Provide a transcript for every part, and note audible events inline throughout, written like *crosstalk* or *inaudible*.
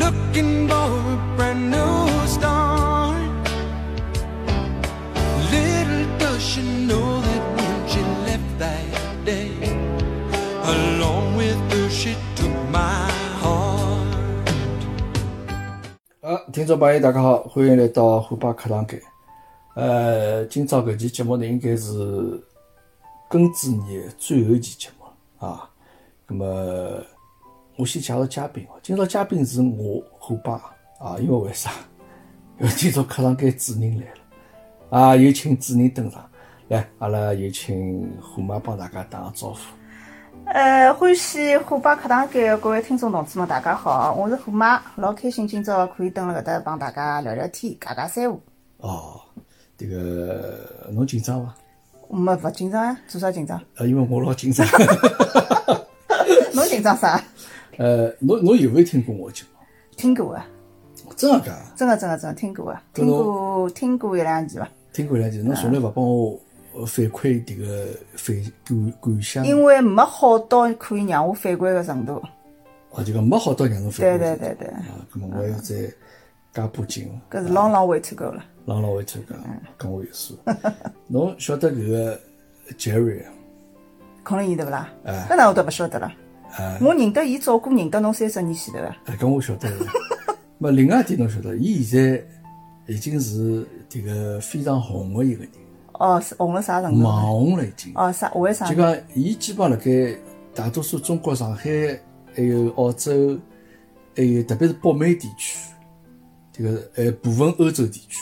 looking for a brand new start. Little does she know that when she left that day, along with her she took my heart. 啊，听众朋友，大家好，欢迎来到虎爸课堂间。呃，今朝搿期节目呢，应该是庚子年最后一期节目了啊。那么，我先介绍嘉宾哦。今朝嘉宾是我虎爸啊，因为为啥？因为今朝课堂间主任来了啊，有请主任登场。来，阿拉有请虎妈帮大家打个招呼。呃，欢喜虎爸课堂间的各位听众同志们，大家好，啊我是虎妈，老开心今朝可以蹲辣搿搭帮大家聊聊天，讲讲三胡。哦，这个侬紧张伐？没勿紧张呀，做啥紧张？呃，因为我老紧张。侬紧张啥？呃，侬侬有没有听过我的节目？听过啊，真个噶，真个真个真个听过啊，听过听过一两期伐？听过来就是侬从来勿帮我呃反馈迭个反感感想，因为没好到可以让我反馈个程度。哦，就讲没好到让侬反对馈。对对对，啊，葛末我还要再加把劲哦，搿是 long long way to go 了。让老会头嗯讲跟我有数。 *laughs* 侬晓得搿个 Jerry 啊孔令伊对勿啦？哎搿哪会得勿晓得啦？我认得伊早过认得侬三十年前头啊。哎，搿我晓得个。么另外一点侬晓得，伊现在已经是迭个非常红个一个人，哦，是红了啥程度？网红了已经。哦，啥为啥就？讲，伊基本上辣盖大多数中国上海，还有澳洲，还有特别是北美地区，这个呃部分欧洲地区，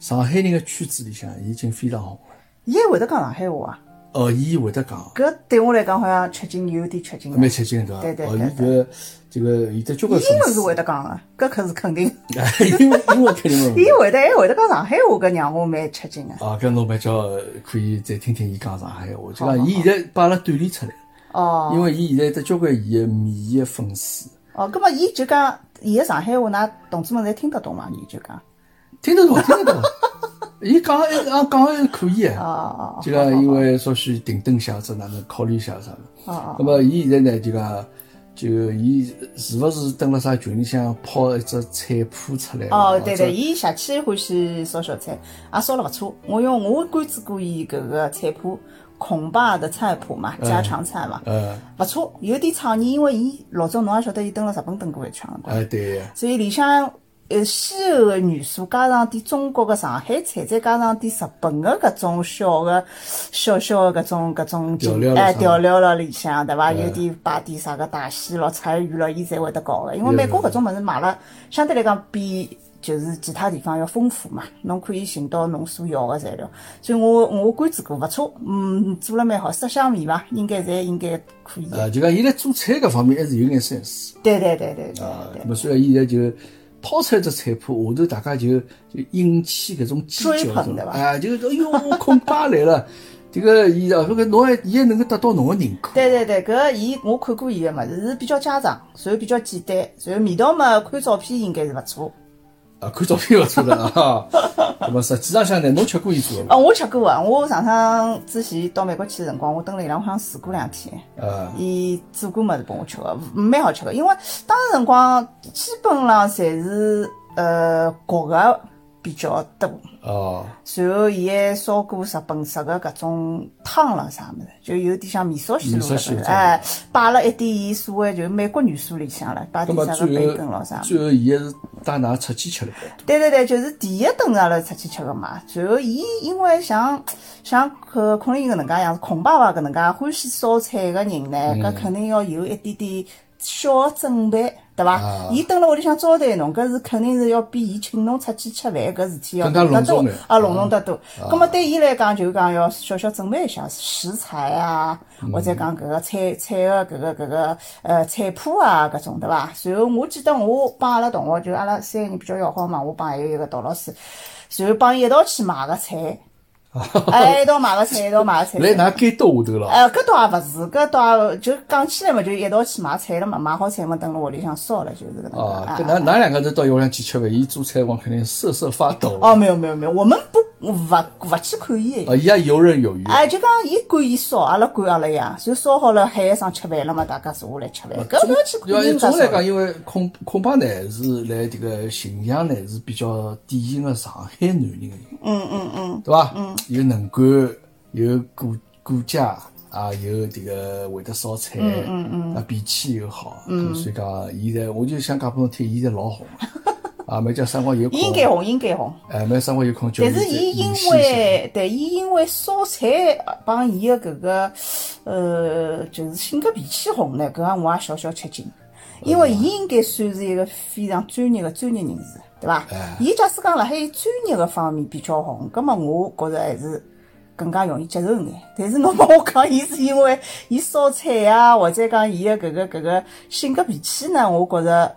上海人的圈子里向已经非常红了。伊还会得讲上海话啊？哦，伊会得讲，搿对我来讲好像吃惊有点吃惊啊。蛮吃惊对伐？对对哦，对伊搿这个有的交关英粉文是丝 *laughs* 会，得讲啊个，搿可是肯定。嗯英文英文肯定伊没问题。会得还会得讲上海话，搿让我蛮吃惊个。啊，搿侬蛮叫可以再听听伊讲上海话，就好好讲伊现在把阿拉锻炼出来了，哦因为伊现在有得交关伊的迷伊的粉丝。哦，葛末伊就讲伊个上海话，㑚同志们侪听得懂嘛？伊就讲听得懂，听得懂。 *laughs* 伊讲还讲讲还可以哦啊，哦就讲因为稍许停顿下子，哪能考虑一下啥个。哦哦那么伊现在呢，就讲就伊是勿是蹲辣啥群里向抛一只菜谱出来？哦，哦对对，或者伊邪气欢喜烧小菜，也烧了勿错。我用我关注过伊搿个菜谱，孔爸的菜谱嘛，家常菜嘛，呃勿错，有点创意。因为伊老早侬也晓得，伊蹲辣日本蹲过一圈了。啊对，所以里向呃西欧个元素，加上点中国个上海菜，再加上点日本个搿种小个小小个搿种搿种调料了哎啥调料了里向对伐？有点摆点啥个大西咯、柴鱼咯，伊侪会得搞个。因有为美国有搿种物事买了，相对来讲比。就是其他地方要丰富嘛，侬可以寻到侬所要个材料，所以我我关注过，勿错，嗯，做了蛮好，色香味伐，应该侪应该可以的。呃，就讲伊在做菜搿方面还是有眼 sense 对对对对对啊。对那。么所以伊现在就抛出一只菜谱，下头大家就就引起搿种追尖叫捧声对伐啊，就是哎哟，孔爸来了，迭个伊啊，搿个侬还伊还能够得到侬个认可。对对对，搿伊我看过伊个物事是比较家常，然后比较简单，然后味道嘛，看照片应该是勿错。啊，看照片勿错了啊。那么实际上向呢，侬吃过伊做的哦，我吃过啊，我上趟之前到美国去个辰光，我蹲辣伊拉屋向住过两天，伐？啊，伊做过物事拨我吃个，蛮好吃个。因为当时辰光基本上侪是呃国个比较多，哦，然后伊还烧过日本式个搿种汤了啥物事，就有点像米烧西米路烧西搿路种，哎，摆了一点伊所谓就美国元素里向了，摆那点么啥个最培根后咯啥。最后伊还是带㑚出去吃了一对对对，就是第一顿阿拉出去吃个嘛。然后伊因为像像搿孔令伊搿能介样子，孔爸爸搿能介欢喜烧菜个人呢，搿肯定要有一点点小的准备，对啊伐？伊蹲辣屋里向招待侬，搿是肯定是要比伊请侬出去吃饭搿事体要更加隆得重多眼啊，隆重得多。葛末对伊来讲，就讲要小小准备一下食材啊，或者讲搿个菜菜个搿个搿个呃菜谱啊搿种对伐？然后我记得我帮阿拉同学，就阿拉三个人比较要好嘛，我帮还有一个陶老师，然后帮伊一道去买个菜，哎，一道买个菜，一道买个菜。来㑚监督下头了。哎，搿倒也勿是，搿倒也就讲起来嘛，就一道去买菜了嘛，买好菜嘛，等辣屋里向烧了，就是搿能介。啊，哎搿㑚㑚两个头到一屋里向去吃饭，伊做菜辰光肯定瑟瑟发抖。哦哦，没有没有没有，我们不勿勿去看伊的。啊，伊也游刃有余。哎，就讲伊管伊烧，阿拉管阿拉呀，就烧好了海上吃饭了嘛，大家坐下来吃饭。搿勿要去要管按人总的家来烧讲，。因为恐恐怕呢是来这个形象呢是比较典型的上海男人的人。嗯嗯嗯，对吧？嗯，有能干，有顾顾家啊，有这个会得烧菜，嗯嗯啊，脾气又好，嗯，所以讲现在我就想讲拨侬听，现在老红了 *laughs* 啊，每叫生活有空，应该红，应该红。哎，每生活有空就但是伊因为，对伊因为烧菜帮伊个搿个，呃，就是性格脾气红呢，搿个我也小小吃惊。因嗯为伊应该算是一个非常专业的专业人士，对伐？哎伊假使讲辣海专业个方面比较红，葛末我觉着还是更加容易接受眼。但是侬帮我讲， *laughs* 伊是因为伊烧菜啊，或者讲伊个搿个搿个性格脾气呢，我觉着，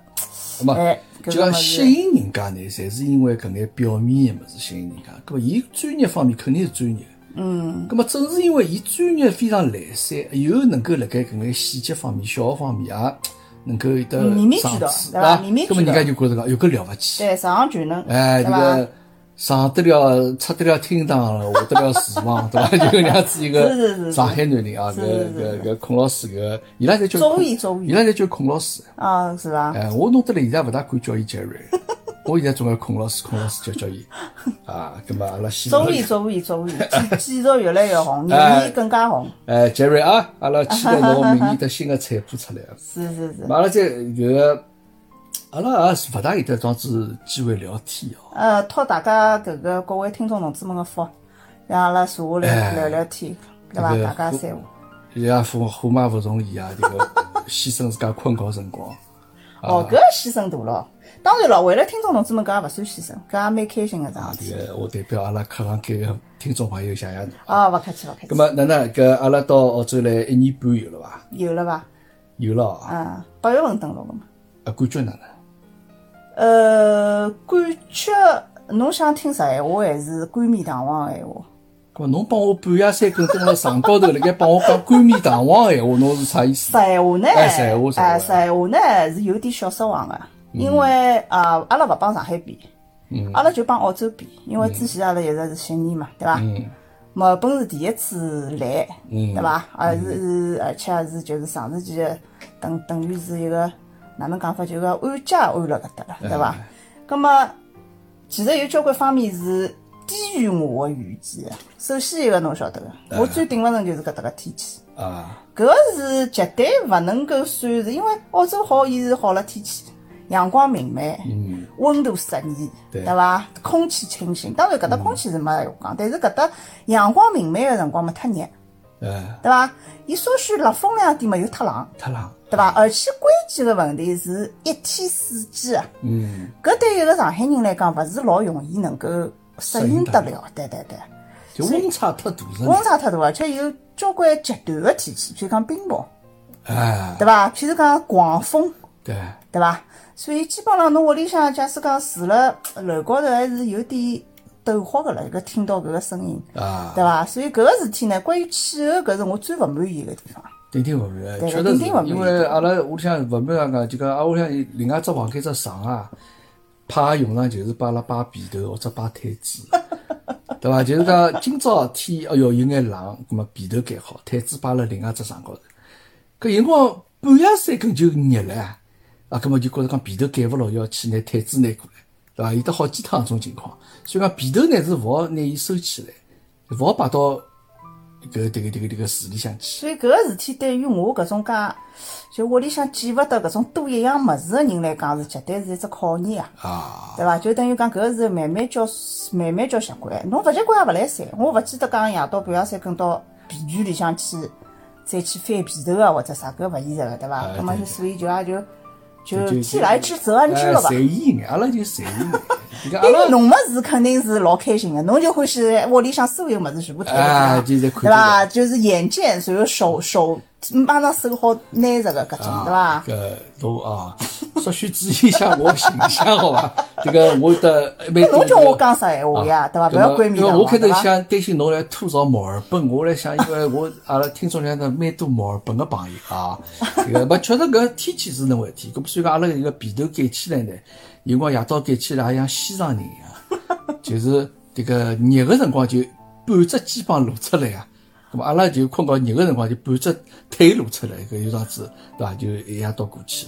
嘛，哎，就搿个讲物吸事，引人家呢，侪是因为搿眼表面的物事吸引人家。搿么，伊专业方面肯定是专业。嗯。搿么，正是因为伊专业非常来三，又能够辣盖搿眼细节方面、小方面也能够有得面面上俱到次对伐伐？面面搿么，俱人到家就觉着讲有个了勿起。对上上全能，哎，对这伐？个上得了、出得了厅堂了，下得了厨房，对伐？ *laughs* 就搿能样子一是个是是上海男人啊，搿是是搿搿孔老师搿个，伊拉侪叫中孔医中医伊拉侪叫孔老师。啊，是伐？哎，我弄得来现在勿大敢叫伊杰瑞， *laughs* 我现在总要孔老师，孔老师叫叫伊啊。葛么阿拉先终于，终于，终于，继继续越来越红，年年更加红，哎，杰瑞啊，阿拉期待侬明年的新的菜谱出来。 *laughs* 是是是嘛，阿拉再搿个，阿拉也是勿大有得桩子机会聊天哦。呃，托大家搿个各位听众同志们的福，让阿拉坐下哎来聊聊天，对伐？这个大家三虎胡。伊拉虎虎妈勿从伊啊，迭个牺牲自家困觉辰光。哦，搿牺牲大了。当然了，为了听众同志们，搿也勿算牺牲，搿也蛮开心个桩啊，事体。迭个我代表阿拉客堂间个听众朋友谢谢侬。哦，勿客气，勿客葛气。么，哪能啊搿阿拉到澳洲来一年半有了伐？有了伐？有了啊，嗯，八月份登陆个嘛。啊，感觉哪能？呃，感觉侬想听啥闲话，还是冠冕堂皇个闲话？咁侬帮我半夜三更蹲辣床高头，辣盖帮我讲冠冕堂皇个闲话，侬是啥意思？实话呢，哎实话实话哎实话呢是有点小失望的，因为啊，阿拉勿帮上海比，阿拉就帮澳洲比，因为之前阿拉一直是悉尼嘛，对伐？墨尔本是第一次来，对伐？而是是而且是就是长时间的等等于是一个哪能讲法，就讲安家安了搿搭了，对伐？葛么其实有交关方面是低于我的预期的。首先一个侬晓得个，我最顶勿顺就是搿搭个天气。啊，搿是绝对勿能够算是，因为澳洲好，伊是好了天气，阳光明媚，温度适宜，对对伐？空气清新，当然搿搭空气是没闲话讲，但是搿搭阳光明媚个辰光嘛太热，呃，对伐？伊稍许辣风凉点嘛又太冷，太冷，对伐？而且关键个问题是一天四季啊，嗯，搿对一个上海人来讲，勿是老容易能够适应得了，对对对。就温差太大是温吧？差太大，而且有交关极端个天气，譬如讲冰雹，哎，对伐？譬如讲狂风，对，对伐？所以基本上侬屋里向，假使讲住了楼高头，还是有点抖晃个了，搿听到搿个声音，啊，对伐？所以搿个事体呢，关于气候搿是我最勿满意个地方。顶顶勿满，对确实顶是，顶勿满因为阿拉屋里向勿瞒讲讲，就讲阿拉屋里向另外一只房间只床啊，派用场就是帮阿拉摆被头或者摆毯子。对伐？就是讲今朝天，哎哟，有眼冷，葛末被头盖好，毯子摆辣另外一只床高头。搿有辰光半夜三更就热了啊，啊，葛末就觉着讲被头盖勿牢，要去拿毯子拿过来，对伐？有得好几趟种情况，所以讲被头呢是勿好拿伊收起来，勿好摆到搿迭个迭个迭个橱里向去。所以搿个事体对于我搿种介就屋里向见勿得搿种多一样物事个人来讲，是绝对是一只考验啊。啊，对伐？就等于讲搿个是慢慢叫慢慢叫习惯，侬勿习惯也勿来三。我勿记得讲夜到半夜三更到皮具里向去再去翻被头啊或者啥，搿勿现实个对伐哎？葛末对就所以就也就就就既来之则安之了哎伐？随意眼，阿拉就随意眼。就讲阿对于拉侬么事肯定是老开心个，侬就欢喜屋里向所有物事全部推哎了，就对是伐看对伐？就是眼见，然后手手马上手好拿着个搿啊种，对伐？搿侬啊， *laughs* 稍许注意一下我形象，好伐？这个我呃得每侬叫我讲啥闲话呀，对伐？勿要冠冕啊因为堂我皇，开头对伐？想担心侬来吐槽墨尔本，我来想，因为 *laughs* 我阿拉听众里向蛮多墨尔本个朋友啊，这个勿确实搿天气是能回事体，搿所以讲阿拉搿个被头盖起来呢，有辰光夜到盖起来也像西藏人一样，就是迭个热个辰光就半只肩膀露出来啊。咁么阿拉就困觉热个辰光就半只腿露出来，搿就这样子对伐？就一夜到过去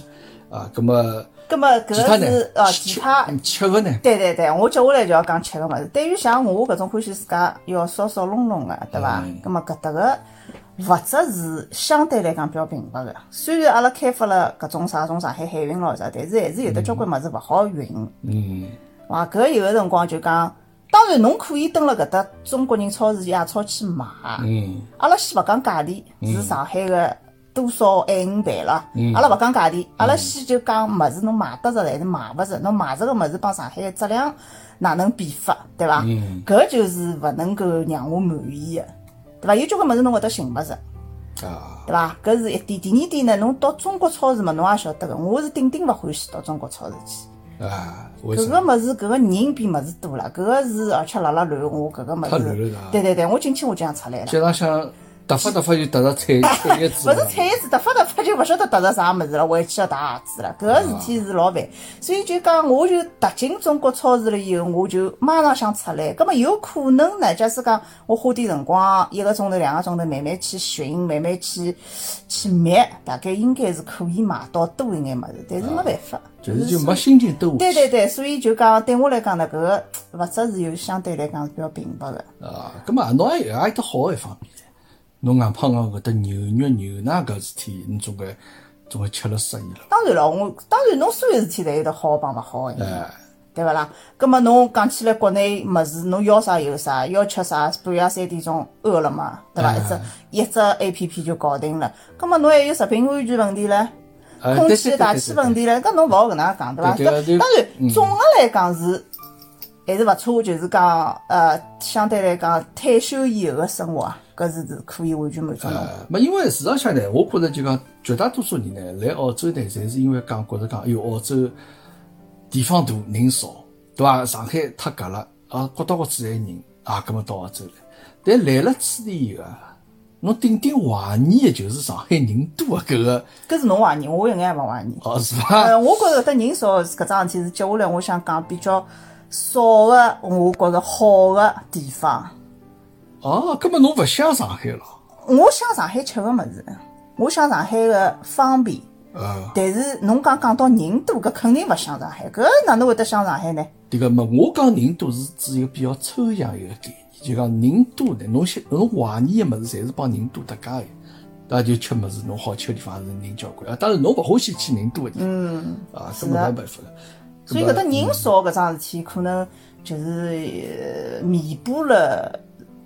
啊。咁么葛么搿其他个呢是？哦，吃其他嗯吃个呢？对对对，我接下来就要讲吃个物事。对于像我搿种欢喜自家要烧烧弄弄个，对伐？葛末搿搭个物质是相对来讲比较贫乏个。虽然阿拉开发了搿种啥从上海海运咾啥，但是还是有得交关物事勿好运。嗯，哇，搿有个辰光就讲，当然侬可以蹲辣搿搭中国人超市、夜超去买。嗯，阿拉先勿讲价钿，是上海个多少海鱼办了。嗯阿拉勿讲价钿，阿拉先就讲物事侬买得着还是买勿着，侬买着个物事帮上海个质量哪能比法，对伐？嗯搿就是勿能够让我满意个，对伐？有交关物事侬会得寻勿着。啊，对伐？搿是一点。第二点呢，侬到中国超市嘛，侬也晓得个，我是顶顶勿欢喜到中国超市去。啊，为搿什个么？物事，搿个人比物事多了，搿个是而且辣辣乱，我搿个物太乱了事是吧，对对对，我进去我就想出来了，街浪向突发突发就突着菜菜叶子啊勿是菜叶子，突发突发就勿晓得搭着啥物事了，回去要汏鞋子了，搿个事体是老烦，所以就讲我就踏进中国超市了以后，我就马上想出来，葛么有可能呢，假使讲我花点辰光，一个钟头、两个钟头慢慢去寻，慢慢去去觅，大概应该是可以买到多一眼物事，但是没办法，啊就是就说没心情兜下对去对对，所以就讲对我来讲呢，搿个物质是有相对来讲是比较贫乏的。啊。咁么，侬也有也有得好个一方面，侬硬胖硬搿搭牛肉牛奶搿事体，侬总归总归吃了适意了。当然了，我当然侬所有事体侪有得好帮勿好的，哎，对勿啦？葛末侬讲起来国内物事，侬要啥有啥，要吃啥半夜三点钟饿了么，对伐？哎一只一只 A P P 就搞定了。葛末侬还有食品安全问题唻，哎空对气对对大对气对问对题唻，搿侬勿好搿能介讲，对伐？对对搿对嗯当然总个来讲是。还是勿错，就是讲，呃，相对来讲，退休以后个生活啊，搿是是可以完全满足侬的。呃，没，因为事实上呢，我觉着就讲绝大多数人呢来澳洲呢，侪是因为讲觉着讲，哎哟，澳洲地方大人少，对伐？上海太夹了，啊，各到各处侪人，啊，搿么到澳洲来。但来了此地以后啊，侬顶顶怀念的就是上海人多啊，搿个搿是侬怀疑，我一眼也勿怀疑。哦是伐？呃，我觉着搿搭人少是搿桩事体是接下来我想讲比较少个，我觉着好个地方。哦，搿么侬勿想上海了？我想上海吃个物事，我想上海个方便。呃，但是侬讲讲到人多，搿肯定勿想上海，搿哪能会得想上海呢？迭个么，我讲人多是指一个比较抽象一个概念，就讲人多呢，侬想侬怀念的物事，侪是帮人多搭界个。那就吃物事，侬好吃个地方是人交关啊。当然，侬勿欢喜去人多个地方，嗯，啊，搿么没办法了。所以搿嗯搭人少搿桩事体，可能就是呃弥补了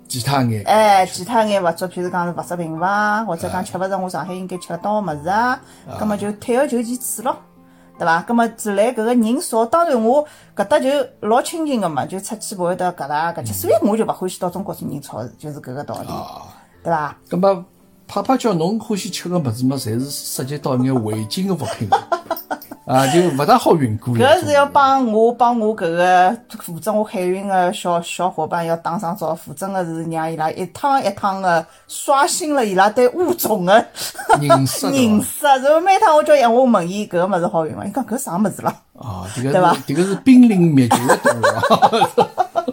其他眼，哎，其他眼勿足，譬如讲是物质贫乏啊，或者讲吃勿着我上海应该吃得到个物事啊，葛么就退而求其次咯，对伐？葛么自来搿个人少，当然我搿搭就老清静个嘛，就出去勿会得搿啦搿去，所以我就勿欢喜到中国人超市，就是搿个道理，对伐？搿么啪啪叫侬欢喜吃个物事嘛，侪是涉及到一眼违禁个物品 *laughs* 嘛，啊，就勿大好运过了。搿是要帮我帮我搿个负责我海运个小小伙伴要打上招呼，真个是让伊拉一趟一趟个刷新了伊拉对物种个认识对伐认识。然后每趟我叫伊，我问伊搿个物事好用伐？伊讲搿啥物事啦？ *laughs* 啊，迭个对伐是迭个是濒临灭绝个动物啊。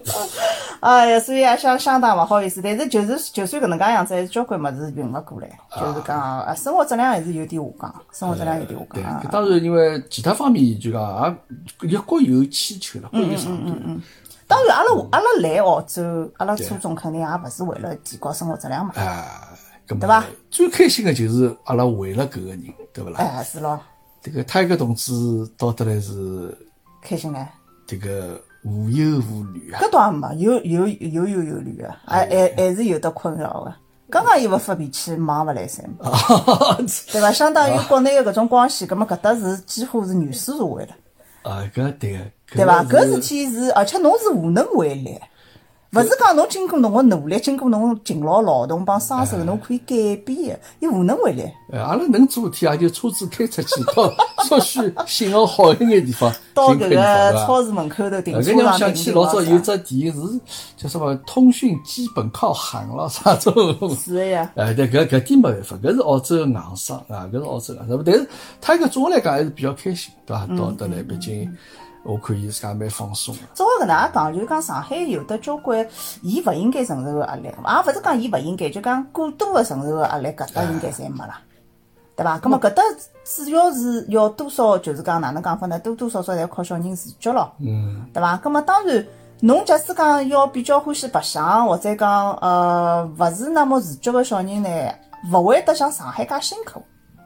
哎呀，所以也相相当勿好意思。但是就是就算搿能介样子，还是交关物事运勿过来，就是讲啊，生活质量还是有点下降，生活质量有点下对，降搿啊。当然因为其他方面就讲啊也也各有千秋了，各嗯有长短。当然，阿拉阿拉来澳洲，阿拉对初衷肯定也勿是为了提高生活质量嘛。啊，搿么对伐？最开心的就是阿拉为了搿个人，对勿啦？哎，是咯，迭个泰戈同志到得来是开心哎。迭个无忧无虑啊。搿倒也没有，有有有有有虑个，哎还还还是有得困扰个。刚刚伊勿发脾气，忙勿来三 *laughs* 哦嘛，对伐？相当于国内个搿种关系，葛末搿搭是几乎是原始社会了。啊，搿对个，对伐？搿是事体是，而且侬是无能为力，勿是讲侬经过侬个努力，经过侬勤劳劳动帮哎双手，侬可以改变个，伊无能为力。啊 *laughs* 呃，阿拉能做事体也就车子开出去到稍许信号好一眼地方，到新配套搿个对伐超市门口头停呃，车搿让我场想停起停老老早早有只电视叫什么“通讯基本靠喊”了啥种。是的呀，哎，对，搿搿点没办法，�搿是澳洲的硬伤啊，搿是澳洲的硬伤。但是他搿总的来讲还是比较开心，对伐？嗯到得来，毕竟我看伊自家蛮放松的。照搿能介讲，就讲上海有得交关，伊勿应该承受个压力，也勿是讲伊勿应该，就讲过多个承受个压力，搿搭应该侪没啦，对伐？葛嗯末搿搭主要是要多少，就是讲哪能讲法呢？多多少少侪靠小人自觉咯，嗯，对伐？葛末当然。侬假使讲要比较欢喜白相，或者讲呃勿是那么自觉个小人呢，勿会得像上海介辛苦，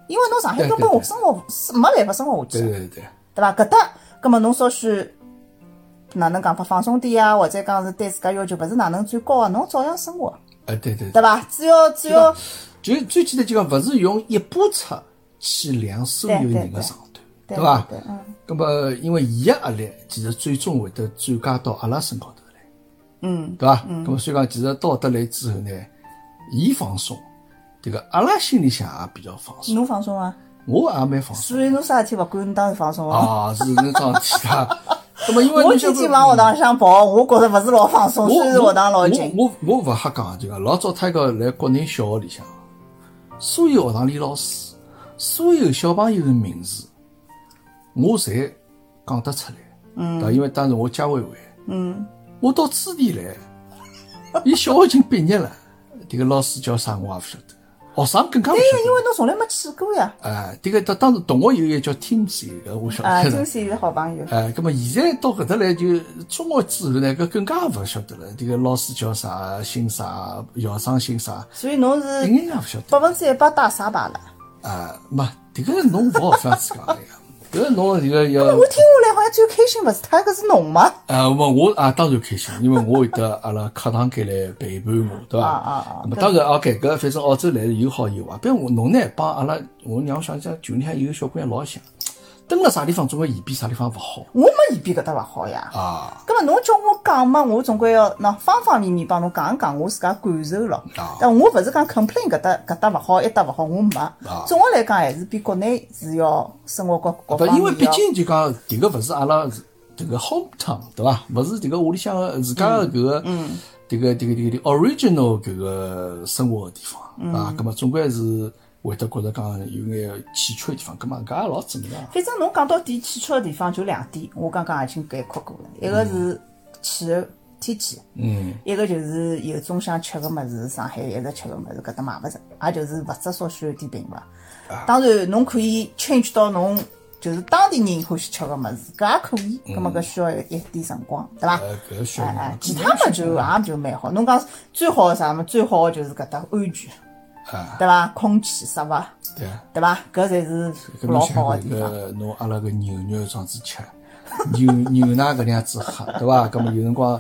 因为侬上海对根对本对生活是没办法生活下去对的。对对，对伐？搿搭，葛末侬稍许哪能讲法放松点啊，或者讲是对自家要求勿是哪能最高啊，侬照样生活，哎对对对伐？只要只要就最简单就讲，勿是用一把尺去量所有人的长短，对伐？对，嗯那么，因为伊个压力其实最终会得转嫁到阿拉身高头来，嗯，对伐？那么所以讲，其实到得来之后呢，伊放松，这个阿拉心里向也比较放松，侬放松啊，我也蛮放松所以侬啥事体勿管，侬当然放松啊。啊，是搿桩事体 *laughs* 啊。那么因为我你最想近讲往学堂里向跑，我觉着勿是老放松，虽我然学堂老紧。我我我勿瞎讲，就讲老早他个来国内小学里向，所有学堂里老师，所有小朋友的名字，我侪讲得出来。嗯，对，因为当时我家委会。嗯，我到此地 *laughs* 来，伊小学已经毕业了，这个老师叫啥我也勿晓得，学生更加勿晓因得。为侬从来没去过 *laughs* 呀，啊，这个当当时同学有一个叫 Tim 个，我晓啊，得真了。是一个好朋友。哎，咁么现在到搿搭来就中学之后呢，搿更加勿晓得了。这个老师叫啥，姓啥，校长姓啥，所以侬一是眼也勿晓得。百分之一百打啥牌了？啊，没，迭个侬勿好这样子讲的呀。搿侬这个要 *laughs* 我听下来好像最开心勿是他，搿是侬吗？啊，我我啊当然开心，因为我会得阿拉课堂间来陪伴我，对伐？啊啊啊那么当然，OK，搿反正澳洲来是有好有坏。比如我侬呢，帮阿拉我娘想想，群里向有个小姑娘老像，蹲辣啥地方总归嫌比啥地方勿好我没伊比搿搭勿好呀。啊。咁么侬叫我讲嘛，我总归要喏方方面面帮侬讲一讲我自家感受咯啊。但我勿是讲 complain 搿搭搿搭勿好，一搭勿好，我没。啊总的来讲，还是比国内是要生活各各不，方面因为毕要竟就讲迭个勿是阿拉是迭个 home town 对伐？勿是迭个屋里向的自家的搿个嗯迭个迭个迭个迭个 original 搿个生活的地嗯方啊，葛末总归是会得觉着讲有眼欠缺的地方，葛末搿也老正常。反正侬讲到点欠缺的地方就两点，我刚刚已经概括过了，一个是气候天气，嗯，一个就是有种想吃个物事，上海一直吃个物事，搿搭买勿着，也就是物质稍许有点贫乏。啊当然，侬可以 change 到侬就是当地人欢喜吃个物事，搿也可以。葛末搿需要一一点辰光，对伐？嗯呃，搿个需哎要哎，其搿个他么需就要也就蛮好。侬讲最好个啥么？最好个就是搿搭安全，啊，对伐？空气、食物，对啊。对伐？搿才是搿老侬想好个搿地方。个侬阿拉搿 *laughs* 牛肉这样子吃，牛牛奶搿能样子喝，对伐？搿么有辰光，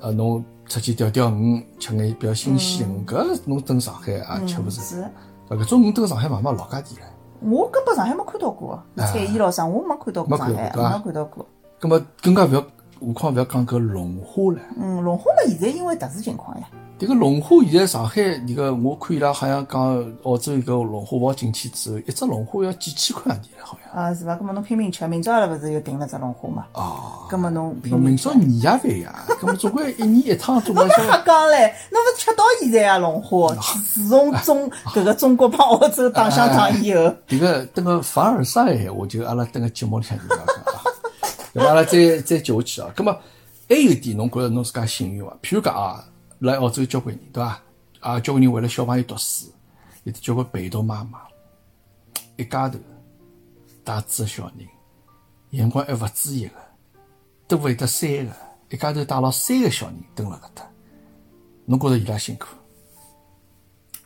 呃，侬出去钓钓鱼，吃眼比较新鲜的鱼，搿侬蹲上海也吃勿着。嗯是，搿种鱼蹲上海买买老家底了。我根本上海没看到过，菜园咯啥我没看到过啊没上看海，过对伐没看到过。搿么更加勿要，何况勿要讲搿龙虾了。嗯，龙虾嘛，现在因为特殊情况呀，迭个龙虾现在上海迭个，我看伊拉好像讲澳洲搿龙虾跑进去之后，一只龙虾要几千块洋钿了，好像。啊是伐？葛末侬拼命吃，明朝阿拉勿是又订了只龙虾嘛？哦，葛末侬拼侬明命吃朝。年夜饭呀，搿么总归一年一趟总归侬 *laughs* 瞎要。讲嘞，侬勿吃到现在啊 *laughs* 龙虾，自从中搿个中国帮澳洲打相打以后，迭个等个凡尔赛闲话，就阿拉等个节目里向就讲讲啊。 *laughs* 那么阿拉再再接下去啊，葛么还有一点，侬觉着侬自家幸运伐？譬如讲啊，来澳洲交关人对伐？啊，交关人为了小朋友读书，有交关陪读妈妈，一家头带几个小人，有辰光还勿止一个，都会得三个，一家头带牢三个小人蹲辣搿搭，侬觉着伊拉辛苦？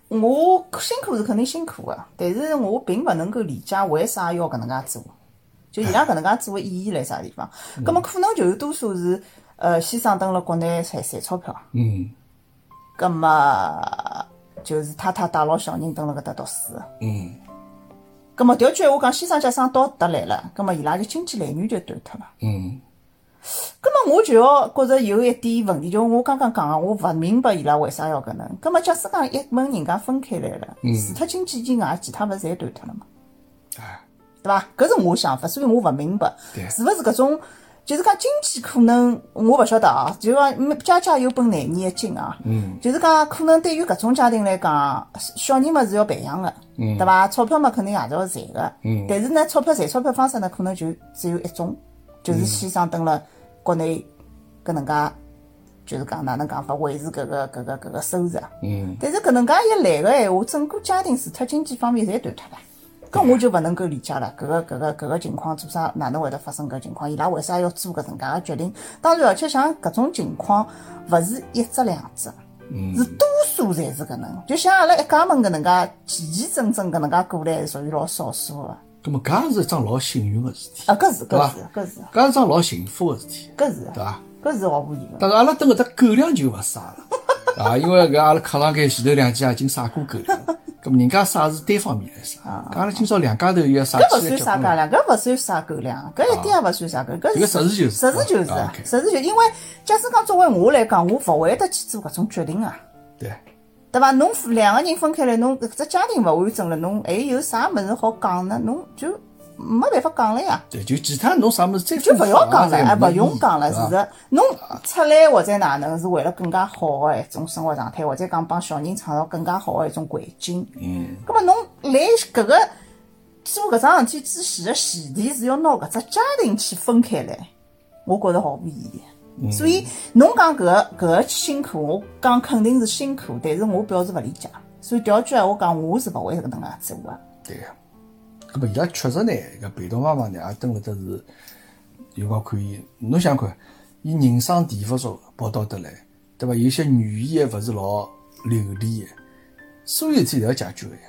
我辛苦是肯定辛苦个，但是我并勿能够理解为啥要搿能介做，就伊拉搿能介做个意义辣啥地方？葛末可能就是多数是呃先生蹲辣国内赚赚钞票，嗯葛末就是太太带牢小人蹲辣搿搭读书个。嗯，葛末调句闲话讲，先生假使到搿搭来了，葛末伊拉就经济来源就断脱了。嗯，葛末我就要觉着有一点问题，就我刚刚讲个，我勿明白伊拉为啥要搿能。葛末假使讲一门人家分开来了，除脱经济以外，其他物事侪断脱了嘛，哎，对伐？搿是我想法，所以我勿明白，是勿是搿种就是讲经济可能我勿晓得啊，就是讲每家家有本难念的经啊，嗯，就是讲可能对于搿种家庭来讲，小人嘛是要培养的，嗯，对伐？钞票嘛肯定也是要赚的，嗯，但是呢，钞票赚钞票方式呢，可能就只有一种，就是先生蹲辣国内搿能介。就是讲哪能讲法维持搿个搿个搿个收入，嗯，但是搿能介一来个闲话，整个家庭除脱经济方面侪断脱了。搿我就勿能够理解了，搿个搿个搿个情况做啥哪能会得发生搿情况？伊拉为啥要做搿能介个决定？当然，而且像搿种情况，勿是一只两只，嗯是多数侪是搿能。就像阿拉一家门搿能介齐齐整整搿能介过来，属于老少数个。咁么搿也是一桩老幸运个事体，啊，搿是对搿伐是搿是搿是桩老幸福个事体，搿是对伐？搿是毫无疑问。但是阿拉等搿搭狗粮就勿撒了， *laughs* 啊，因为搿阿拉客堂间前头两家已经撒过狗粮了， *laughs* 咁么人家撒是单方面来撒，啊搿阿拉今朝两家头又要撒搿勿起来算结啥棍狗了，粮，搿勿算啥狗粮，搿一点也勿算啥狗，搿啊这个实事求是实事求是啊啊， ，OK 实事求是。因为假使讲作为我来讲，我勿会得去做搿种决定啊。对，对伐？侬两个人分开来，侬搿只家庭勿完整了，侬还有啥物事好讲呢？侬就没办法讲了呀，对，就其他侬啥物事再啊就勿要讲了，再哎，没勿用讲了，意义是对伐的。侬出来或者哪能，是为了更加好的一种生活状态，或者讲帮小人创造更加好的一种环境。嗯。葛末侬来搿个做搿桩事体之前的前提是要拿搿只家庭去分开来，我觉着毫无意义。所以侬讲搿个搿个辛苦，我讲肯定是辛苦，但是我表示勿理解。所以调句闲话讲，我是勿会搿能介做个。对个。咁么伊拉确实呢，搿陪同妈妈呢，也蹲辣搭是有光看伊。侬想看，伊人生地不熟，跑到得来，对伐？有些语言还勿是老流利个，所有事体侪要解决个呀。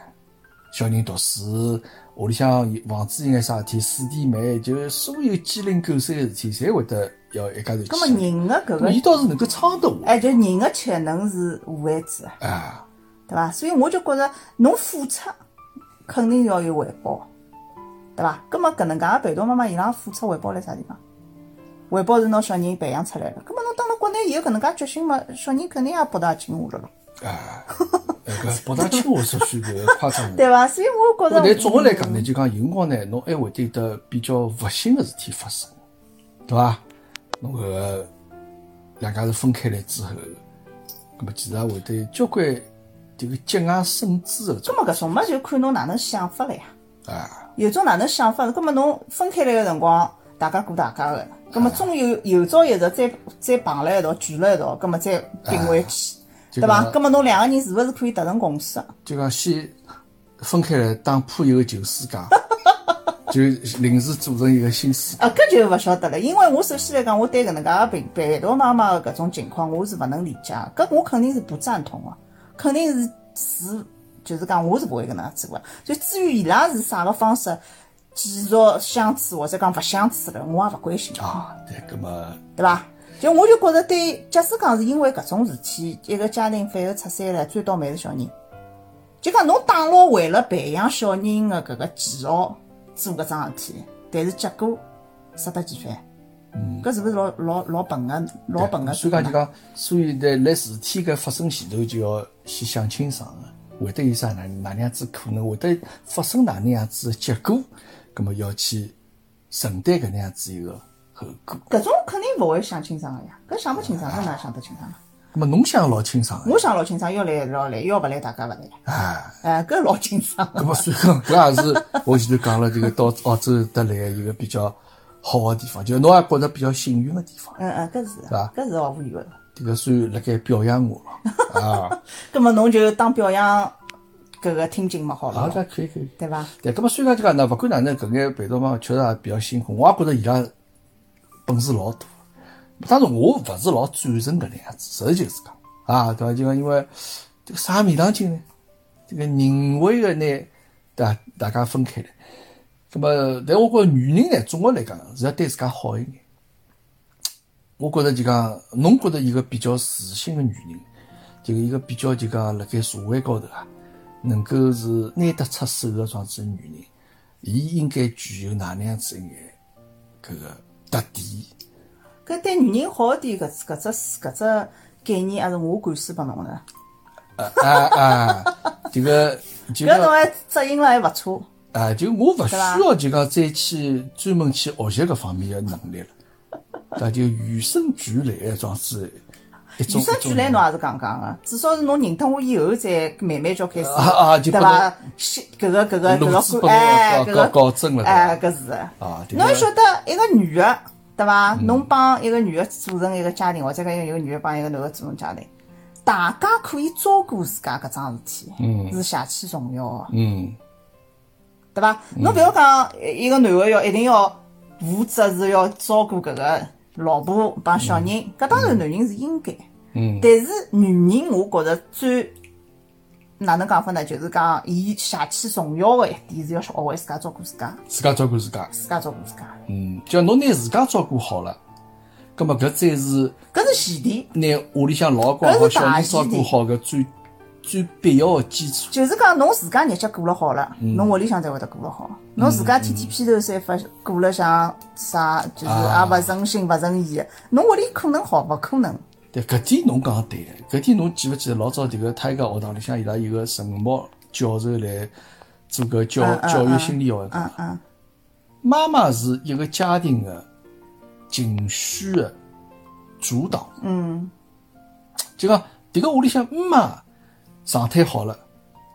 小人读书，屋里向房子有眼啥事体，水电煤，就是所有鸡零狗碎个事体，侪会得要一家头去葛想。末人的搿咁么伊个，倒是能够撑得下，哎，就人的潜能是无限制的。啊，对伐？所以我就觉着侬付出肯定要有回报，对伐？葛么搿能介个陪同妈妈伊拉付出回报辣啥地方？回报是拿小人培养出来了，葛么侬到了国内以后搿能介决心嘛，小人肯定也博大精深了咯，呃搿博大清华所需搿个夸张我。对伐？所以我觉着，但总的来讲呢，就讲有辰光呢，侬还会得有得比较不幸的事体发生，对伐？侬搿个两家头分开来之后，那么其实也会得有交关迭个节外生枝的葛种么搿种嘛就看侬哪能想法了呀。啊，有种哪能想法？葛么侬分开来个辰光，大家过大家个，葛么终有有朝一日再再碰辣一道，聚辣一道，葛么再并回去，就对伐？讲葛么侬两个人是勿是可以达成共识？就讲先分开来当铺友的旧世界， *laughs* 就临时组成一个新世界。啊，搿就勿晓得了，因为我首先来讲，我对搿能介个陪陪同妈妈个搿种情况，我是勿能理解的，搿我肯定是不赞同个、啊肯定是是就是讲我是勿会搿能介做个。啊就至于伊拉是啥个方式继续相处或者讲勿相处了，我也勿关心，啊，对，那么对伐？就我就觉着对，假使讲是因为搿种事体，一个家庭反而出三了，最倒霉是小人。就讲侬打牢为了培养小人的搿个技巧做搿桩事体，但是结果适得其反。搿是勿是老老老笨个老啊笨个所做以讲法就呢？讲，所以在辣事体搿发生前头就要先想清爽个，会得有啥哪哪能样子可能，会得发生哪能样子的结果，葛么要去承担搿能样子一个后果。搿种肯定勿会想清爽个呀，搿想不清爽，搿哪想得清爽啊？葛么侬想老清爽我想老清爽，要来要来，要勿来大家勿来，个啊，哎，搿老清爽。葛么所以讲搿也是我前头讲了，这个到澳洲得来一个比较好个地方，就是侬也觉着比较幸运个地方，嗯嗯，搿是伐搿是毫无疑问。迭个算辣盖表扬我嗯了啊，葛末侬就当表扬搿个听进嘛好好了，的，啊可以可以。对伐？对，咁么虽然就讲呢，勿管哪能，搿眼陪同妈妈确实也比较辛苦，我也觉着伊拉本事老大。当然，我勿是老赞成搿能样子，实事求是讲啊，对伐？就讲因为这个啥面堂经呢，这个人为个呢，大大家分开来。咁么，但我觉着女人呢，总个来讲是要对自家好一眼。我觉着就讲，侬觉着一个比较自信的女人，就一个比较就讲辣盖社会高头啊，能够是拿得出手的样子的女人，伊应该具有哪能样子一眼搿个特点？搿对女人好一点，搿只搿只搿只概念还是我灌输拨侬的。啊啊，这个就搿侬讲还执行了还勿错，哎，就我勿需对吧要就讲再去专门去学习搿方面的能力了，那就与生俱来的装置，一种与生俱来，一种侬也是讲讲个，至少是侬认得我以后，再慢慢叫开始，啊啊就对拨伐？是搿个搿个搿路子拨个侬观，哎，搞搿搞个搞正了哎，搿是的。啊，对侬要个晓得一个女个，对伐？嗯侬帮一个女个组成一个家庭，或者讲一个女个帮一个男个组成家庭，大家可以照顾自家搿桩事体，是邪气重要个，嗯，对伐？侬勿要讲一个男个要一定要负责是要照顾搿个老婆帮小人，搿当然男人是应该。嗯，但是女人，我觉着最哪能讲法呢？就是讲，伊邪气重要个一点是要学会自家照顾自家，自家照顾自家，自家照顾自家，嗯，只要侬拿自家照顾好了，葛么搿才是搿是前提。拿屋里向老公搿是和小大人前照顾提好搿最最必要的基础。就是讲，侬自家日脚过了好了，嗯侬屋里向才会得过了好。侬自家天天披头散发过了像啥，就是啊也勿顺心勿顺意，侬屋里可能好，勿可能。对，搿点侬讲得对的。搿点侬记勿记得老早迭个泰戈学堂里向伊拉有个陈茂教授来做搿教嗯嗯教育心理学的讲嗯嗯，妈妈是一个家庭的情绪的主导。嗯，就讲迭个屋里向姆妈状态好了，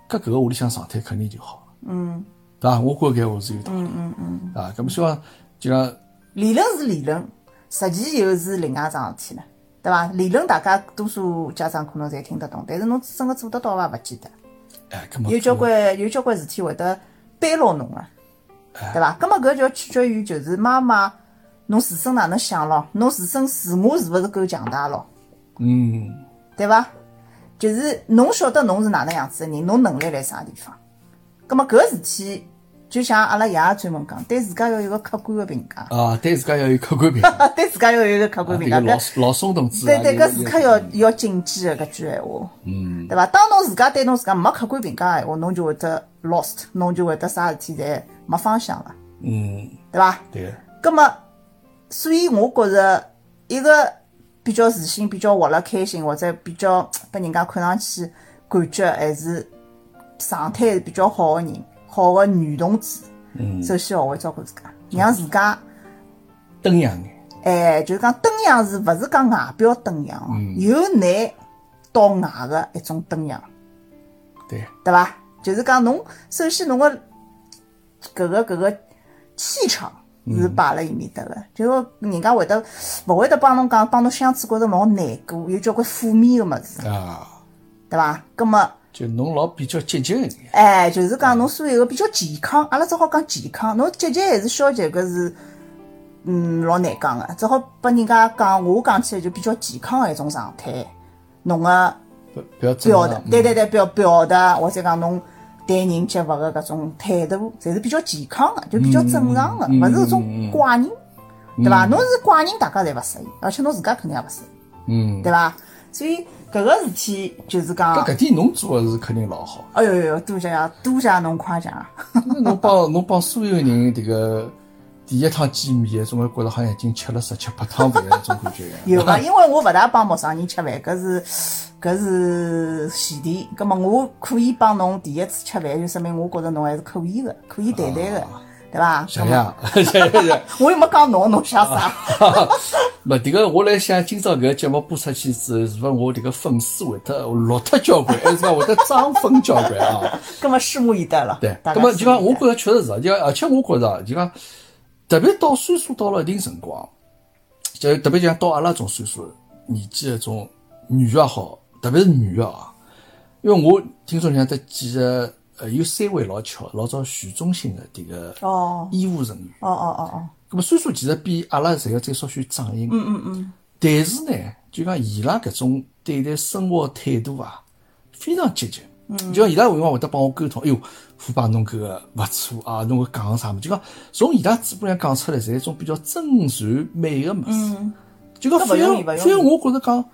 搿搿个屋里向状态肯定就好。嗯，对伐？我觉搿话是有道理。嗯嗯嗯。啊，搿么希望就讲理论是理论，实际又是另外一桩事体了，对伐？理论大家多数家长可能侪听得懂，但是侬真个做得到伐？勿记得。哎，搿么有交关有交关事体会得扳牢侬啊，对伐？葛么搿就取决于就是妈妈侬自身哪能想咯，侬自身自我是勿是够强大咯，嗯。对伐？就是侬晓得侬是哪能样子的人，侬能力辣啥地方。葛么搿事体就像阿拉爷也专门讲，对自家要有个客观的评价，啊，对自家要有客观评价， *laughs* 对自家要有一个客观迭评价。个啊老搿老松同志对啊对，有搿时刻要要谨记的搿句闲话，嗯，对伐？当侬自家对侬自家没客观评价的闲话，侬就会得 lost，侬就会得啥事体侪没方向了，嗯，对伐？对，葛么，所以我觉着一个比较自信、比较活了开心，或者比较拨人家看上去感觉还是状态是比较好的人，好的女同志，嗯，首先学会照顾自家，让自家。灯样眼，哎，就是讲登样是勿是讲外表登样哦？由内到外的一种登样，对，对伐？就是讲侬首先侬个搿个搿个气场是摆辣伊面搭个，就是人家会得勿会得帮侬讲，帮侬相处觉着老难过，有交关负面个物事，啊，对伐？葛末就侬老比较积极一眼，哎，就是讲侬所有个比较健康，阿拉只好讲健康，侬积极还是消极搿是。嗯，老难讲个，只好拨人家讲，我讲起来就比较健康个一种状态，侬个不不要正表常达，嗯对对对，表表达或者讲侬待人接物个搿种态度，侪是比较健康个，就比较正常嗯个，勿是搿种怪人，对伐？侬是怪人，大家侪勿适应，而且侬自家肯定也勿适应，嗯，对伐？所以搿个事体就是讲搿，搿点侬做的是肯定老好， *laughs* 哎呦呦呦，多谢啊，多谢侬夸奖啊！那侬帮侬帮所有人迭个第一趟见面，总归觉着好像已经吃了十七八趟饭了，种感觉一样， *laughs* 有 *laughs* 伐？因为我勿大帮陌生人吃饭，搿是搿是前提。葛末我可以帮侬第一次吃饭，就说明我觉着侬还是可以个，可以谈谈个，对伐？谢谢啊， *laughs* 谢谢谢谢。我又没讲侬，侬想啥？啊没迭个，我来想今朝搿个节目播出去之后，是勿是我迭个粉丝会得落脱交关，哎还是讲会得涨粉交关啊？ *laughs* 葛末拭目以待了。对，大那家么拭目就讲，以我待觉着确实是啊，就讲，而且我觉着啊，就讲，特别到岁数到了一定辰光，就特别就讲到阿拉种岁数年纪的种女的也好，特别是女的啊，因为我听说里向得几个呃有三位老巧，老早徐忠信的这个哦医务人员，哦哦哦哦，那么岁数其实比阿拉侪要再稍许长一眼，嗯嗯嗯，但是呢，就讲伊拉搿种对待生活态度啊，非常积极。嗯，就讲伊拉有辰光会得帮我沟通，哎哟，虎爸侬搿个勿错啊，侬搿讲啥物事？就讲从伊拉嘴巴里向讲出来，侪一种比较真善美个物事。就讲搿反勿容易勿而容易反而我觉着讲，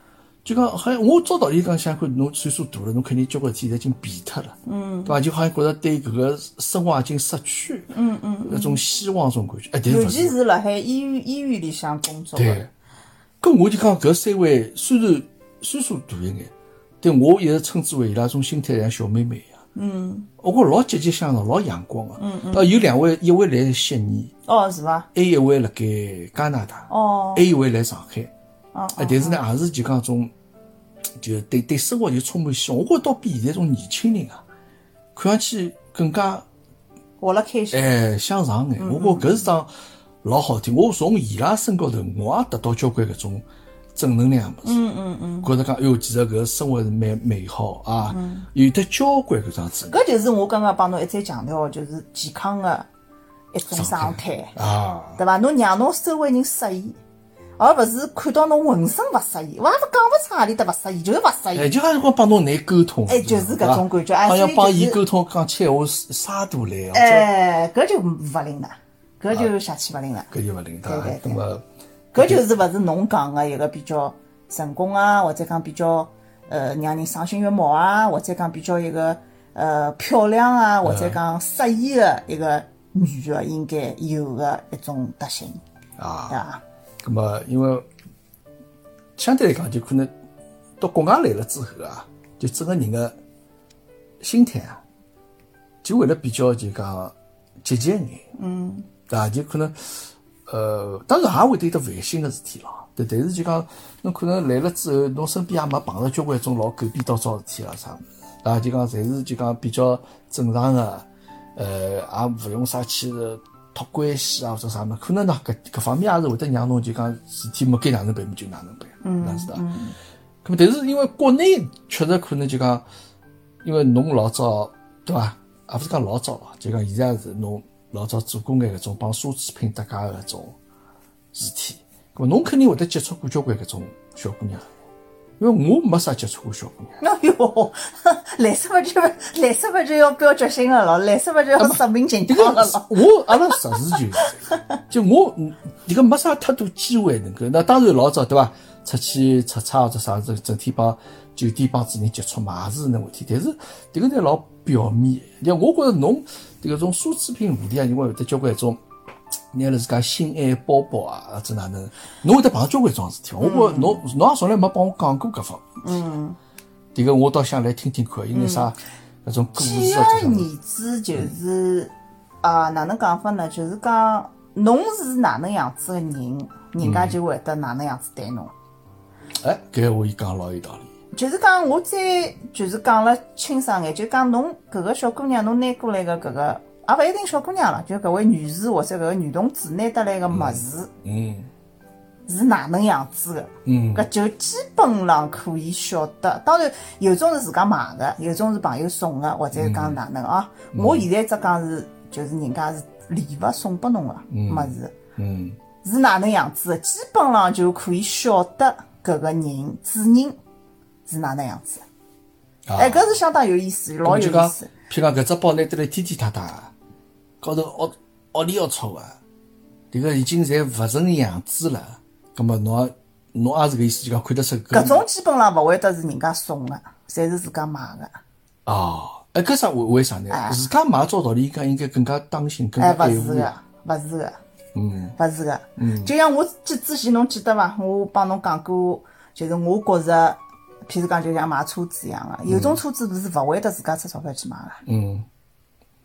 就讲好像我照道理讲，想看侬岁数大了，侬肯定交关事体侪已经变脱了，嗯，对伐？就好像觉着对搿个生活已经失去，嗯嗯，搿种希望种感觉，哎，但是尤勿其是辣海医院医院里向工作对的，，搿我就讲搿三位虽然岁数大一眼，但我一直称之为伊拉种心态像小妹妹一样，嗯，我觉着老积极向上，老阳光个。嗯嗯。有两位，一位来悉尼，哦，是伐？还有一位辣盖加拿大，哦，还有一位来上海。哦，啊，但是呢，也是就讲种，就对对生活就充满希望。我觉着倒比现在种年轻人啊，看上去更加活了开心。哎向上眼。嗯我觉着搿是桩老好听。我从伊拉身高头，我也得到交关搿种正能量个物事。嗯嗯嗯。觉着讲，哎哟，其实搿生活是蛮美好啊，嗯有得交关搿桩子搿就是我刚刚帮侬一再强调的，就是健康的一种状状态，啊。对伐？侬让侬周围人适意，而勿是看到侬浑身勿适意，我也勿讲勿出何里搭勿适意，就是勿适哎，意。就好像光帮侬难沟通，哎就是搿种感觉哎好像帮所以就伊是沟通讲起闲话是沙度来，或者哎，啊搿就勿灵了，搿就邪气勿灵了。搿就勿灵对伐对对？那对么搿就是勿是侬讲个一个比较成功啊，或者讲比较呃让人赏心悦目啊，或者讲比较一个呃漂亮啊，或者讲适意的一个女的应该有的一种特性，啊对，伐？那么因为相对来讲，就可能到国外来了之后啊，就整个人的心态啊，就会得比较就讲积极一眼，嗯，对伐？就可能呃，当然也会得有得烦心个事体啦。但但是就讲，侬可能来了之后，侬身边也没碰着交关种老狗逼叨糟事体啦啥物事，对伐？就讲侪是就讲比较正常个，呃，也勿用啥去托关系啊或者啥物事，可能呢搿搿方面也是会得让侬就讲事体没该哪能办么就哪能办，嗯，是的。咁么但是因为国内确实可能就讲，因为侬老早对伐？也勿是讲老早咯，就讲现在是侬老早做过眼搿种帮奢侈品搭界搿种事体，咁么侬肯定会得接触过交关搿种小姑娘，因为我没啥接触过小姑娘。哎哟，来什么就来什么就要标决心了咯，来什么就要证明情这 *laughs* 况了个是咯。我阿拉实事 *laughs* 求是，就我嗯这个没啥太多机会能够。那当然老早对伐？出去出差或者啥子，整天帮酒店帮主人接触嘛，也是能回事体。但是这个侪老表面。像我觉着侬这个种奢侈品话题啊，你会有得交关种。拿了自家心爱的包包啊，或者哪能，侬会得碰到交关桩事体。我嗯觉着侬侬也从来没帮我讲过搿方面。嗯，这个我倒想来听听看，有眼啥嗯搿种故简事啊？而言之，就是啊，哪能讲法呢？就是讲侬是哪能样子个人，人家就会得哪能样子对侬。哎，搿我伊讲老有道理。就是讲，我再就是讲了清爽眼，就讲侬搿个小姑娘，侬拿过来个搿个，也勿一定小姑娘了，就搿位女士或者搿个女同志拿得来个物事嗯是哪能样子个，嗯搿就基本上可以晓得。当然，有种是自家买个，有种是朋友送个，或者讲哪能啊。嗯我现在只讲是，就是人家是礼物送拨侬个物事。嗯是哪能样子的，基本上就可以晓得搿个人主人是哪能样子的。啊哎，搿是相当有意思，老有就意讲思。，譬如讲搿只包拿得来天天塌塌，高头凹凹里凹戳个，迭个已经侪勿成样子了。葛末侬也侬也是搿意思，就讲看得出搿种基本上勿会得是人家送的，侪是自家买的。哦，哎，搿啥为为啥呢？自家买照道理讲应该更加当心，更哎，加勿爱是护的，勿是的，嗯，勿是的。就像我之之前侬记得伐？我帮侬讲过，就是我觉着，譬如讲，就像买车子一样啊嗯的，有种车子是勿会得自家出钞票去买的，啊，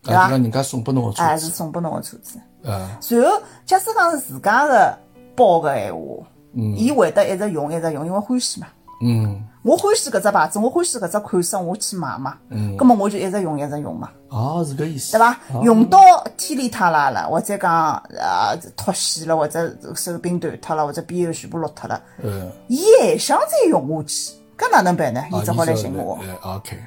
就伐讲人家送拨侬个哎，车是子，送拨侬个车子。啊，然后，假使讲是自家的包个闲话，伊会得一直用一直用，因为欢喜嘛。嗯，我欢喜搿只牌子，我欢喜搿只款式，我去买嘛。嗯，葛末我就一直用一直用嘛，哦，是搿意思，对伐？用到天里塌啦了，或者讲呃脱线了，或者手柄断脱了，或者边缘全部落脱了，嗯，伊还想再用下去，搿哪能办呢？伊只好来寻我啊。你说哎，OK，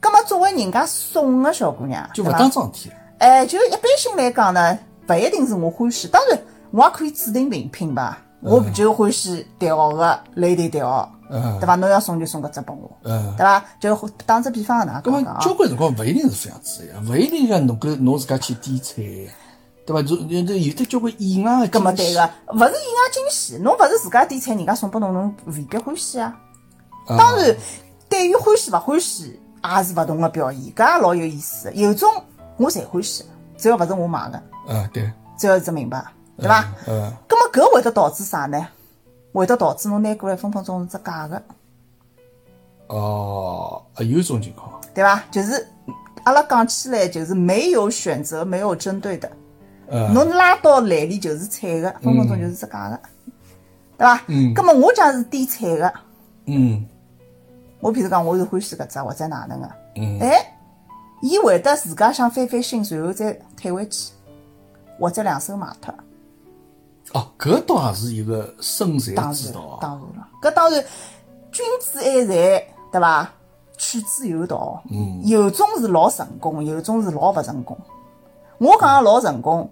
葛末作为人家送个小姑娘，就对勿伐当桩事体了，哎，就一般性来讲呢，勿一定是我欢喜，当然我也可以指定品品吧。我就欢喜代号个雷迪代号，嗯对伐？侬要送就送搿只拨我，嗯对伐？就打只比方哪能咁讲么讲交啊？关辰光勿一定是搿样子呀，勿一定讲侬搿侬自家去点菜，对伐？就有的有的交关意外的搿惊么喜对个，勿是意外惊喜，侬勿是自家点菜，人家送拨侬，侬未必欢喜啊。当然，对于欢喜勿欢喜，也是勿同个表现，搿也老有意思的。有种我侪欢喜，只要勿是我买个，啊，对，只要是只名牌，对伐？嗯，咁么搿会得导致啥呢？会得导致侬拿过来分分钟是只假个，哦，啊，有一种情况，对伐？就是阿拉讲起来，就是没有选择，没有针对的。呃，侬拉到篮里就是菜的，分分钟就是这讲的，对伐？嗯咁么我讲是点菜的，嗯我譬如讲我是欢喜搿只或者哪能个，嗯哎，伊会得自家想翻翻身，然后再退回去，或者两手卖脱。哦，搿倒也是一个生财当之然道啊，当然了，搿当然，君子爱财，对伐？取之有道。嗯，有种是老成功，有种是老勿成功。我讲个老成功，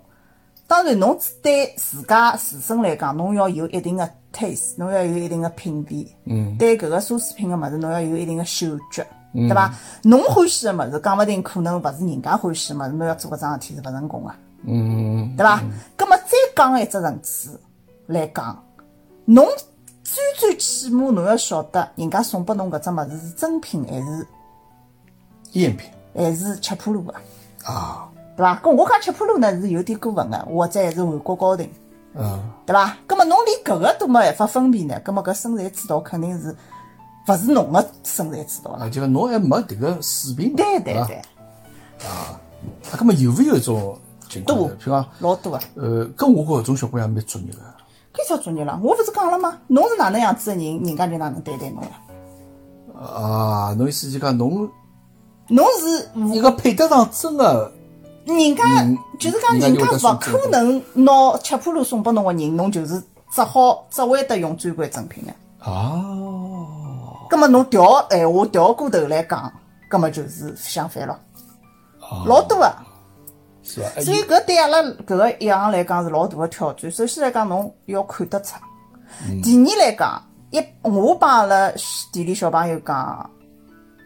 当然侬对自家自身来讲，侬要有一定的 taste，侬要有一定的品味。嗯，对搿个奢侈品个物事，侬要有一定的嗅觉。对伐？侬欢喜个物事，讲勿定可能勿是人家欢喜个物事，侬要做搿桩事体是勿成功个、嗯对伐？葛么再讲一只层次来讲，侬最最起码侬要晓得，人家送拨侬搿只物事是真品还是赝品还是吃破路个，啊，对伐？搿我讲吃破路呢是有点过分个，或者还是韩国高定，嗯对伐？葛么侬连搿个都没办法分辨呢，葛么搿生财之道肯定是勿是侬个生财之道了？啊，就讲侬还没迭个水平嘛，对对伐对，，啊，搿么有没有一种情况呢？多譬如讲，老多个。呃，跟我搿种小姑娘蛮专业个，搿啥作孽了？我勿是讲了吗？侬是哪能样子个人，人家就哪能对待侬了。啊，侬意思就讲侬侬是一个配得上真个，人家就是讲，嗯人人家就会家得勿送可能拿吃破仑送拨侬个人，侬就是只好只会得用专柜正品个。哦，葛末侬调闲话调过头来讲，葛末就是相反咯，啊老多个。是伐？哎所以搿对阿拉搿个一行来讲是老大个挑战。首先来讲，侬要看得出；第二来讲，一我帮阿拉店里小朋友讲，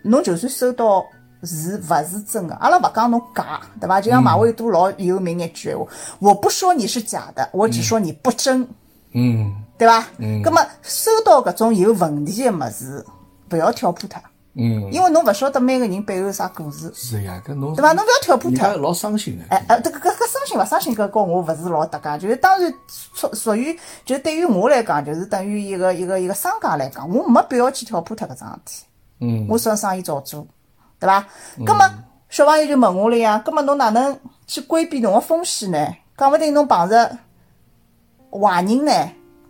侬就算收到是勿是真个，阿拉勿讲侬假，对伐？就像马未都老有名一句闲话：“我不说你是假的，我只说你不真。嗯对伐？嗯。葛么收到搿种有问题个物事，勿要挑破它，嗯，因为侬勿晓得每个人背后啥故事，是呀，搿侬对伐？侬勿要挑破人它家。老伤心个，哎，呃，这个搿搿伤心勿伤心搿跟我勿是老搭界，就是当然属属于，就对于我来讲，就是等于一个一个一个商家来讲，我没必要去挑破脱搿桩事体，嗯我算生意照做，对伐？葛么小朋友就问我了呀，葛么侬哪能去规避侬个风险呢？讲勿定侬碰着坏人呢，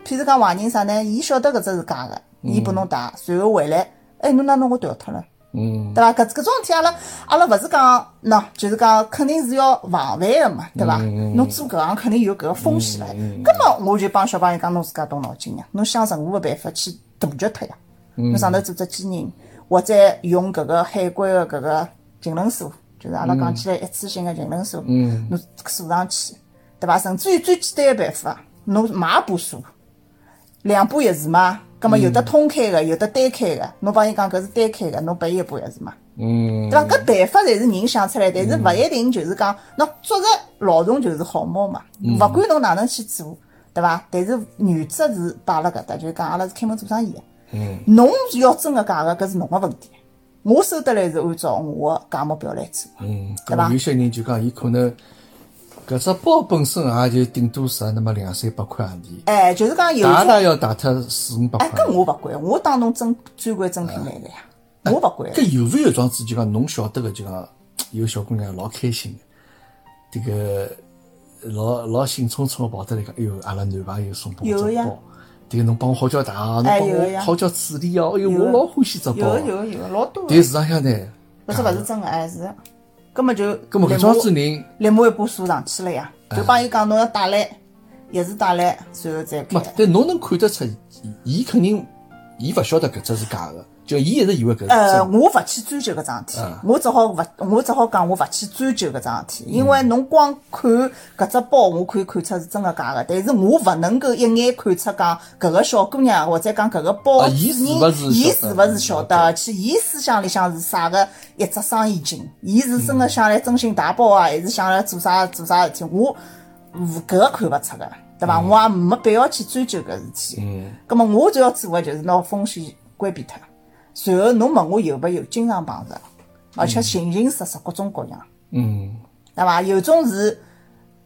譬如讲坏人啥呢？伊晓得搿只是假个，伊拨侬带，随后回来，哎，侬哪能我调脱了？嗯对伐？搿搿种事体，阿拉阿拉勿是讲喏，就是讲肯定是要防范个嘛，对伐？侬做搿行肯定有搿个风险唻。葛末我就帮小朋友讲，侬自家动脑筋呀，啊侬想任何个办法去杜绝脱呀。侬上头做只坚人，或者用搿个海关个搿个勤轮锁，就是阿拉讲起来一次性个勤轮锁，侬锁上去，对伐？甚至于最简单个办法，侬买把锁。两把钥匙嘛，葛么有嗯的通开个，有的单开个。侬帮伊讲搿是单开个，侬拨伊一把钥匙嘛，嗯对伐？搿办法侪是人想出来，但是勿一定就是讲，喏，捉着老虫就是好猫嘛。嗯勿管侬哪能去做，对伐？但是原则是摆辣搿搭，就是讲阿拉是开门做生意个。嗯，侬要真个假个，搿是侬个问题。我收得来是按照我个价目表来做。嗯，对伐搿有些人就讲伊可能搿只包本身啊也就顶多值那么两三百块洋钿，哎，就是讲有大种，大要打脱四五百哎，块搿。我勿管，我当侬真专柜真品来个呀，我勿管。哎搿有没有桩子就讲侬晓得个就讲有小姑娘老开心个，迭个老老兴冲冲地跑得来讲，哎哟，阿拉男朋友送拨有我只呀包，迭个侬帮我好叫打啊，侬哎帮有我呀好叫处理哦，哎哟，有我老欢喜只包有啊。有有，老多个但。市场向呢，勿是勿是真个，哎是的，葛么就搿么搿桩子人，立马一把锁上去了呀，哎就帮伊讲侬要带来，钥匙带来，随后再开没，。但侬能看得出，伊肯定伊勿晓得搿只是假个，就伊一直以为搿是嗯真呃，的。我勿去追究搿桩事体，我只好勿，我只好讲我勿去追究搿桩嗯事体，因为侬光看搿只包，我可以看出是真个假个，但是我勿能够一眼看出讲搿个小姑娘或者讲搿个包啊主伊是人，勿是哦伊晓得是勿是晓得，嗯而且伊思想里向是啥个一只生意经，伊是真嗯个想来真心打包啊，还是想来做啥做啥事体，我勿搿个看勿出个，嗯对伐？我也没必要去追究搿事体。嗯，葛末我就要做个就是拿风险规避脱。随后侬问我有没有，经常碰着，而且形形色色、各种各样，嗯，对伐？有种是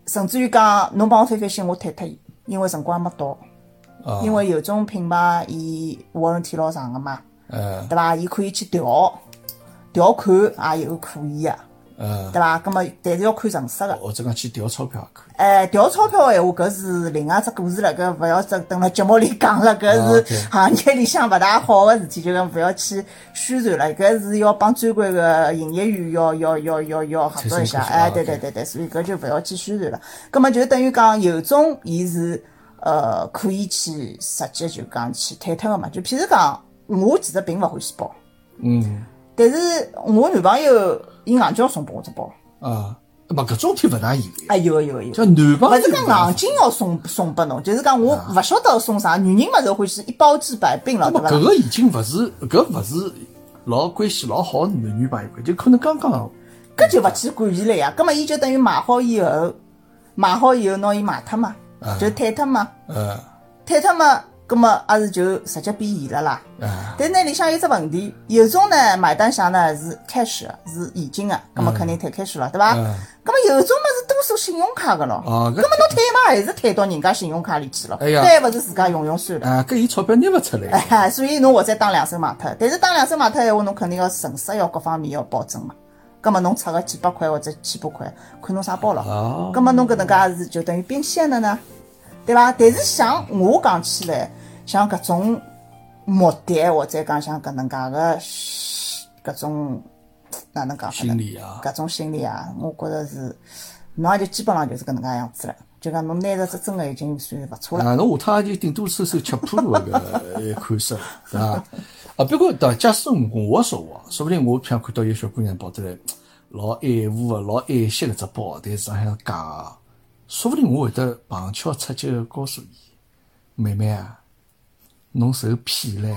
甚至于讲，侬帮我翻翻新，我退脱伊，因为辰光还没到。啊因为有种品牌伊warranty 老长个嘛，嗯对伐？伊可以去调调看，也有可以个，嗯，对伐？葛么，但是要看成色个。或者讲去调钞票也可以。哎，调钞票个闲话，搿是另外只故事了，搿勿要只等辣节目里讲了，啊搿，OK 是行业里向勿大好个事体，就讲勿要去宣传了，搿是要帮专柜个营业员要要要要要合作一下，产生哎，关系对啊对，OK 对对，所以搿就勿要去宣传了。葛么就等于讲有种伊是呃可以去直接就讲去推脱个嘛，就譬如讲，我其实并勿欢喜包，嗯但是我男朋友伊硬叫送拨我只包，啊，嘛搿种天勿大现在，哎有个有个有个。像男勿朋友是讲硬劲要送送拨侬，就是讲我啊勿晓得要送啥，女人嘛就欢喜一包治百病了，那对么伐搿？个已经勿是搿勿是老关系老好的男女朋友关系，就可能刚刚搿就勿去管伊了呀。葛末伊就等于买好以后，买好以后拿伊卖脱嘛，啊就退脱嘛，呃退脱嘛，葛末还是就直接变现了啦。啊但呢，里向有只问题，有种呢买单箱呢是 cash 的是现金的，啊葛末肯定退 cash 了，对伐？嗯葛末有种嘛是多数信用卡个咯，啊搿葛末侬退嘛还是退到人家信用卡里去了，哎呀再勿是自家用用算了。啊搿伊钞票拿勿出来，哎， *laughs* 所以侬或者打两手卖脱，但是打两手卖脱闲话，侬肯定要损失要各方面要保证嘛。葛么侬出个几百块或者几百块，看侬啥包哦了。葛么侬搿能介是就等于变现了呢，对伐？但是像我讲起来，像搿种目的或者讲像搿能介个搿种哪能讲法呢心？里啊搿种心理啊，我觉着是，侬也就基本上就是搿能介样子了。就讲侬拿着只真个已经算勿 *laughs* 错了。啊，侬下趟也就顶多收收吃铺路搿个款式了，对伐？啊，不过当假使我我说话，说不定我偏看到有小姑娘跑得来，老爱护啊个、老爱惜搿只包，但是好像假个，说不定我会得旁敲侧击个告诉伊，妹妹啊，侬受骗唻，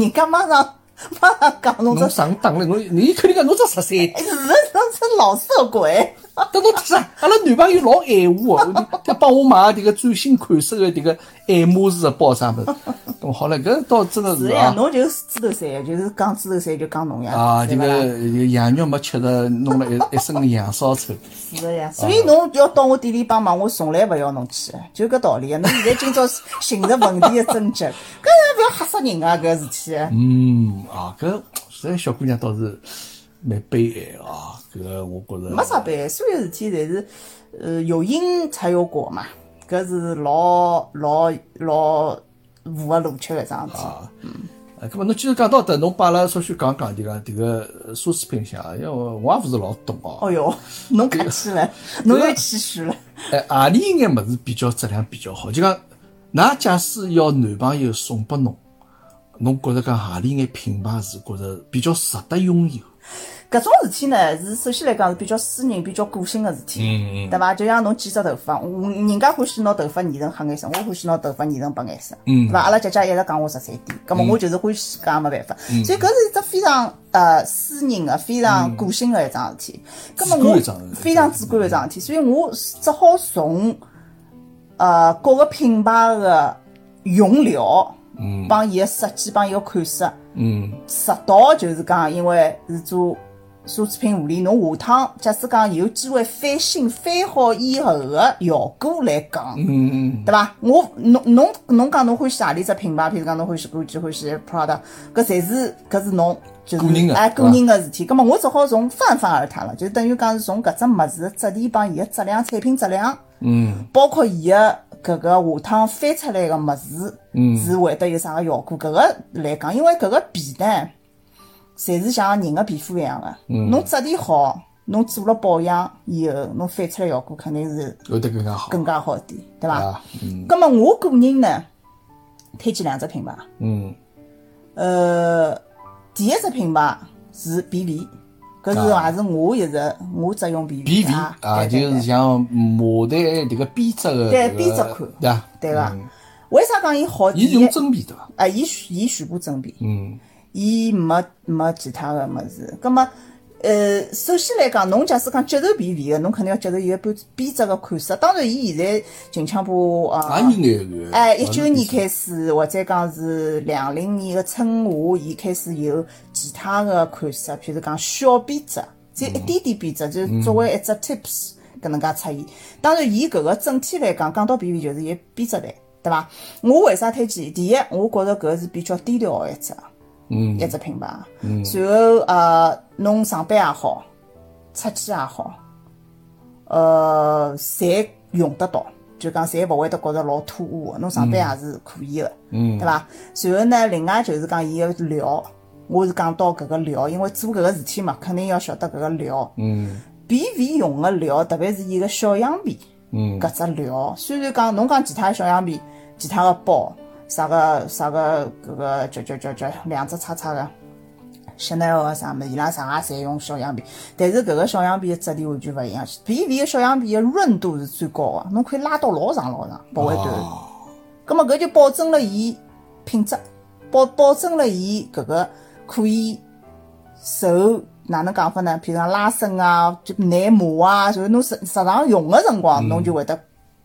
人家马 *laughs* 上马上讲侬这侬上当了，侬你肯定讲侬只十三，是侬哎这老色鬼，等侬啥？阿拉男朋友老爱护哦，他帮我买迭个最新款式个迭个爱马仕个包啥物事， *laughs* 咾好了，搿倒真的是是啊呀，。侬就是猪头三，就是讲猪头三就讲侬呀，啊，对这不啦个羊肉没吃着，弄了一一身羊骚臭。是的呀，所以侬要到我店里帮忙，我从来勿要侬去， *laughs* 就搿道理呀。侬现在今朝寻着问题的症结，搿人勿要吓死人家啊搿事体。嗯，啊，搿实在小姑娘倒是蛮悲哀啊，搿个我觉着没啥办，所有事体侪是，呃，有因才有果嘛，搿是老老老符合逻辑的一桩事体。啊。呃，搿么侬既然讲到搿，侬帮阿拉稍许讲讲迭个迭个奢侈品相，因为我我也勿是老懂哦。哦哟， *laughs* 侬客气了，侬又谦虚了。哎，何里一眼物事比较质量比较好？就讲，㑚假使要男朋友送拨侬，侬觉着讲何里一眼品牌是觉着比较值得拥有？搿种事体呢，是首先来讲是比较私人、比较个性个事嗯体，对伐？就像侬剪只头发，我人家欢喜拿头发染成黑颜色，我欢喜拿头发染成白颜色，对伐？阿拉姐姐一直讲我十三嗯点，葛末我就是欢喜讲没办法，所以搿是一只非常呃私人个、非常个性个一桩事体。葛末主观我一桩事体非常主观一桩事体，所以我只好从呃各个品牌个用料，帮伊个设计，帮伊个款式。嗯实到就是讲，因为是做奢侈品护理，侬下趟假使讲有机会翻新翻好以后的效果来讲，嗯嗯。对伐？我侬侬侬讲侬欢喜何里只品牌，譬如讲侬欢喜 GUCCI，欢喜 Prada，搿侪是搿是侬就是个人的哎对个伐人个事体。葛末我只好从泛泛而谈了，就等于讲是从搿只物事的质地帮伊个质量、产品质量，嗯，包括伊个搿个下趟翻出来个物事，嗯，是会得有啥个效果？搿个来讲，因为搿个皮呢，侪是像人个皮肤一样个，嗯侬质地好，侬做了保养以后，侬翻出来效果肯定是有得更加好。更加好一点，对伐？啊，咁么我个人呢，推荐两只品牌。嗯呃，第一只品牌是 BV，搿是啊也是我一直我只用，B V BV 啊，对就对是对像马代这个编织的对这个编织款对吧？对吧？伐？为啥讲伊好？嗯伊是第一用真皮对伐？啊，伊全伊全部真皮，嗯伊没没其他个物事。葛么，呃，首先来讲，侬假使讲接受 BV 个，侬肯定要接受伊个编编织个款式。当然，伊现在近腔部啊，也有眼个。哎，一九年开始，或者讲是两零年的春夏，伊开始有其他的款式，譬如讲小编织，只有一点点编织，就是作为一只 tips 搿能介出现。当然，伊搿个整体来讲，讲到便利就是伊编织类，对伐？我为啥推荐？第一，我觉着搿是比较低调的一只，嗯，一只品牌。嗯，然后呃，侬上班也好，出去也好，呃，侪用得到，就讲侪勿会得觉着老突兀的。侬上班也是可以的，嗯，对伐？然后呢，另外就是讲伊个料，我是讲到搿个料，因为做搿个事体嘛，肯定要晓得搿个料。嗯 BV 用个料，特别是伊个小样皮，嗯搿只料，虽然讲侬讲其他小样皮，其他个包，啥个啥个搿个叫叫叫叫两只叉叉个。香奈儿个啊啥物事，伊拉上海侪用小羊皮，但是搿个小羊皮个质地完全勿一样。BV 个小羊皮个润度是最高个，侬可以拉到老长老长，勿会断。咁么搿就保证了伊品质，保保证了伊搿个可以受哪能讲法呢？譬如讲拉伸啊，就耐磨啊，就是侬日日常用个辰光，侬就会得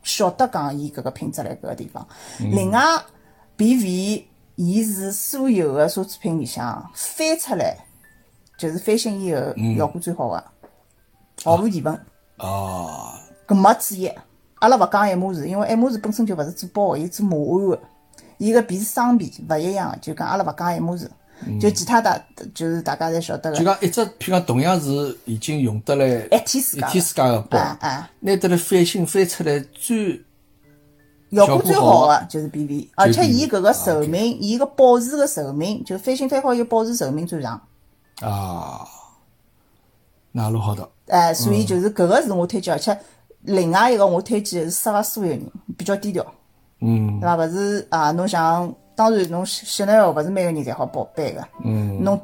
晓得讲伊搿个品质辣搿个地方。另外，BV 伊是所有个奢侈品里向翻出来，就是翻新以后效果最好啊个，毫无疑问。啊，搿没之一。阿拉勿讲爱马仕，因为爱马仕本身就勿是做包个，伊做马鞍个，伊个皮是双皮，勿一样。就讲阿拉勿讲爱马仕，就其他大就是大家侪晓得就个。讲一只，譬如讲同样是已经用得来一天世一界天世界个包啊啊，拿得来翻新翻出来最效果最效好个就是 BV，而且伊搿个 BV 寿命，伊个保持个寿命，就翻新翻好，伊个保持寿命最长。啊，哪路好的？哎，所嗯以就是搿个是我推荐，而且另外一个我推荐是适合所有人，比较低调。嗯对伐？勿是啊，侬像当然侬香奈儿勿是每个人侪好包办个，嗯，侬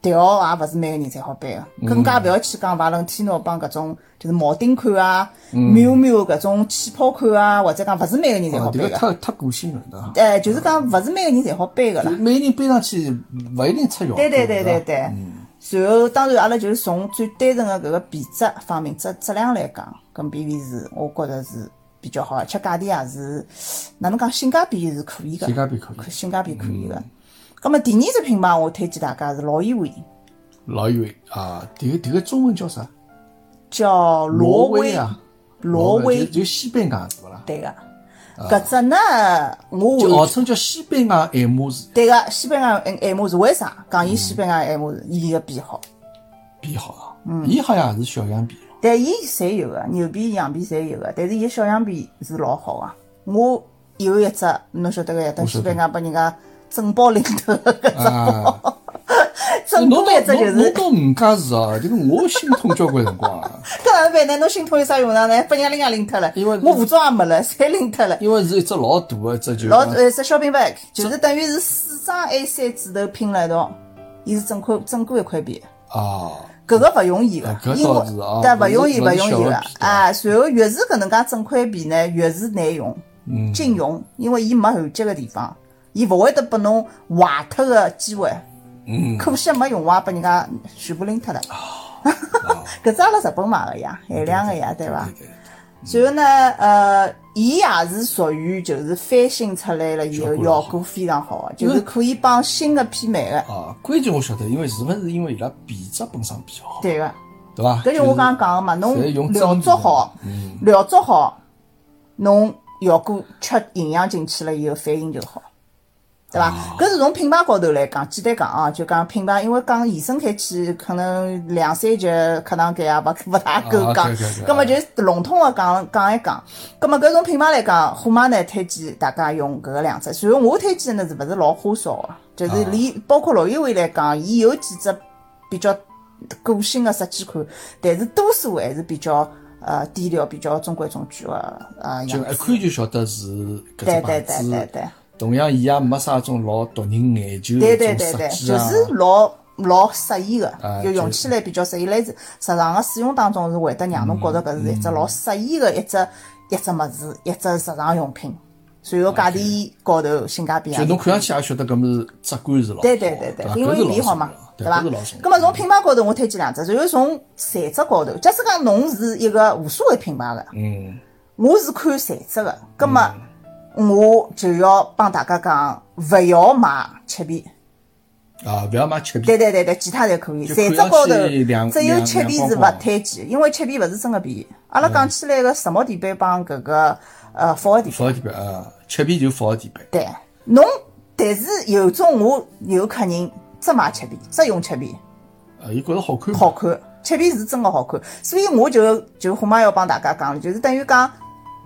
迪奥也勿是每个人侪好办嗯个，更加勿要去讲瓦伦天奴帮搿种就是铆钉款啊、嗯喵喵搿种气泡款啊，或者讲勿是每个人侪啊好迭个办个。太太个性了，对伐？哎，就是讲勿是每个人侪好背个啦。每个人背上去勿一定出效果。对对对嗯对伐对。然后，当然，阿拉就是从最单纯的搿个皮质方面、质质量来讲，跟 BV 是，我觉着是比较好，而且价钿也是，哪能讲性价比是可以个。性价比可以性价比可嗯以个。咁么第二只品牌，我推荐大家是老伊维，老以为啊，迭个迭个中文叫啥？叫罗威威啊，罗威威啊就就西班牙是勿啦？对个。搿只呢，我就号会称叫西班牙爱马仕对个西班牙爱爱马仕，为啥？讲伊西班牙爱马仕，伊个皮好。皮好啊，嗯伊好像也是小羊皮。 *laughs* 但伊侪有个，牛皮、羊皮侪有个，但是伊小羊皮是老好个、我有一只，侬晓得个呀？等西班牙把人家整包领头， *laughs* 啊，整侬包到一只就侬侬是。到五家市啊，这个我心痛交关辰光啊， *laughs* 搿哪能办呢？侬心痛有啥用场呢？把人家人家领脱了，因为我服装也没了，侪领脱了。因为是一只老大的，一只就老讲呃，只 shopping bag 就是等于是四张 A 三纸头拼了一道，伊是整块整个一块皮，啊，搿个勿容易个啊，搿因倒是啊为对勿容易勿勿是容小易的个皮带啊。随后越是搿能介整块皮呢，越是难用，嗯禁用，因为伊没焊接个地方，伊勿会得拨侬坏脱个机会。嗯，啊可惜没用坏，拨人家全部拎脱了。 *laughs* 搿只阿拉日本买个呀，限量个呀，对伐？嗯对嗯然后呢，呃，伊也是属于就是翻新出来了以后效效果果非常好的，就是可以帮新的媲美的，啊，关键我晓得，因为是勿是因为伊拉皮质本身比较好，对个。对伐？搿就我刚刚讲个嘛，侪用侬脏料皮足好嗯，料足好，侬效果吃营养进去了以后反应就好。对伐？啊搿是从品牌高头来讲，简单讲啊，就讲品牌，因为讲延伸开去，可能两三集课堂间也勿勿大够啊讲对对对。葛末就是笼统个讲讲一讲。葛末搿从品牌来讲，虎妈呢推荐大家用搿个两只。然后我推荐呢是勿是老花哨个，啊就是连包括老一位来讲，伊有几只比较个性个设计款，但是多数还是比较呃低调、比较中规中矩个呃就样一子。看就晓得是搿只对对牌对对子。对。同样，伊也没啥种老夺人眼球的对对种对对，设计就啊，是老老适宜个啊，就就用是起来比较适宜。辣日常个使用当中是会得让侬觉着搿嗯是一只老适宜个一只一只物事，一只日常用品。然后价钿高头性价比也啊就侬是。看上去也晓得搿么质感是老好的，对对对伐对，因为搿是皮老好嘛重要，伐搿是老重？嗯要咁么从品牌高头我推荐两只，然后从材质高头，假使讲侬是一个无所谓品牌个，嗯，我是看材质个，咁么我就要帮大家讲，勿要买漆皮。啊，勿要买漆皮对对对对，其他侪可以。就材质看上高头去两，只有两漆皮两是光勿光推荐，因为漆皮勿是真个皮。阿拉讲起来个石墨地板帮搿个呃复合地板，复合地板啊，漆皮就复合地板对，侬但是有种我有客人只买切片，只用切片，啊，伊觉着好看嘛，好看，切片是真个好看。所以我就就虎妈要帮大家讲了，就是等于讲，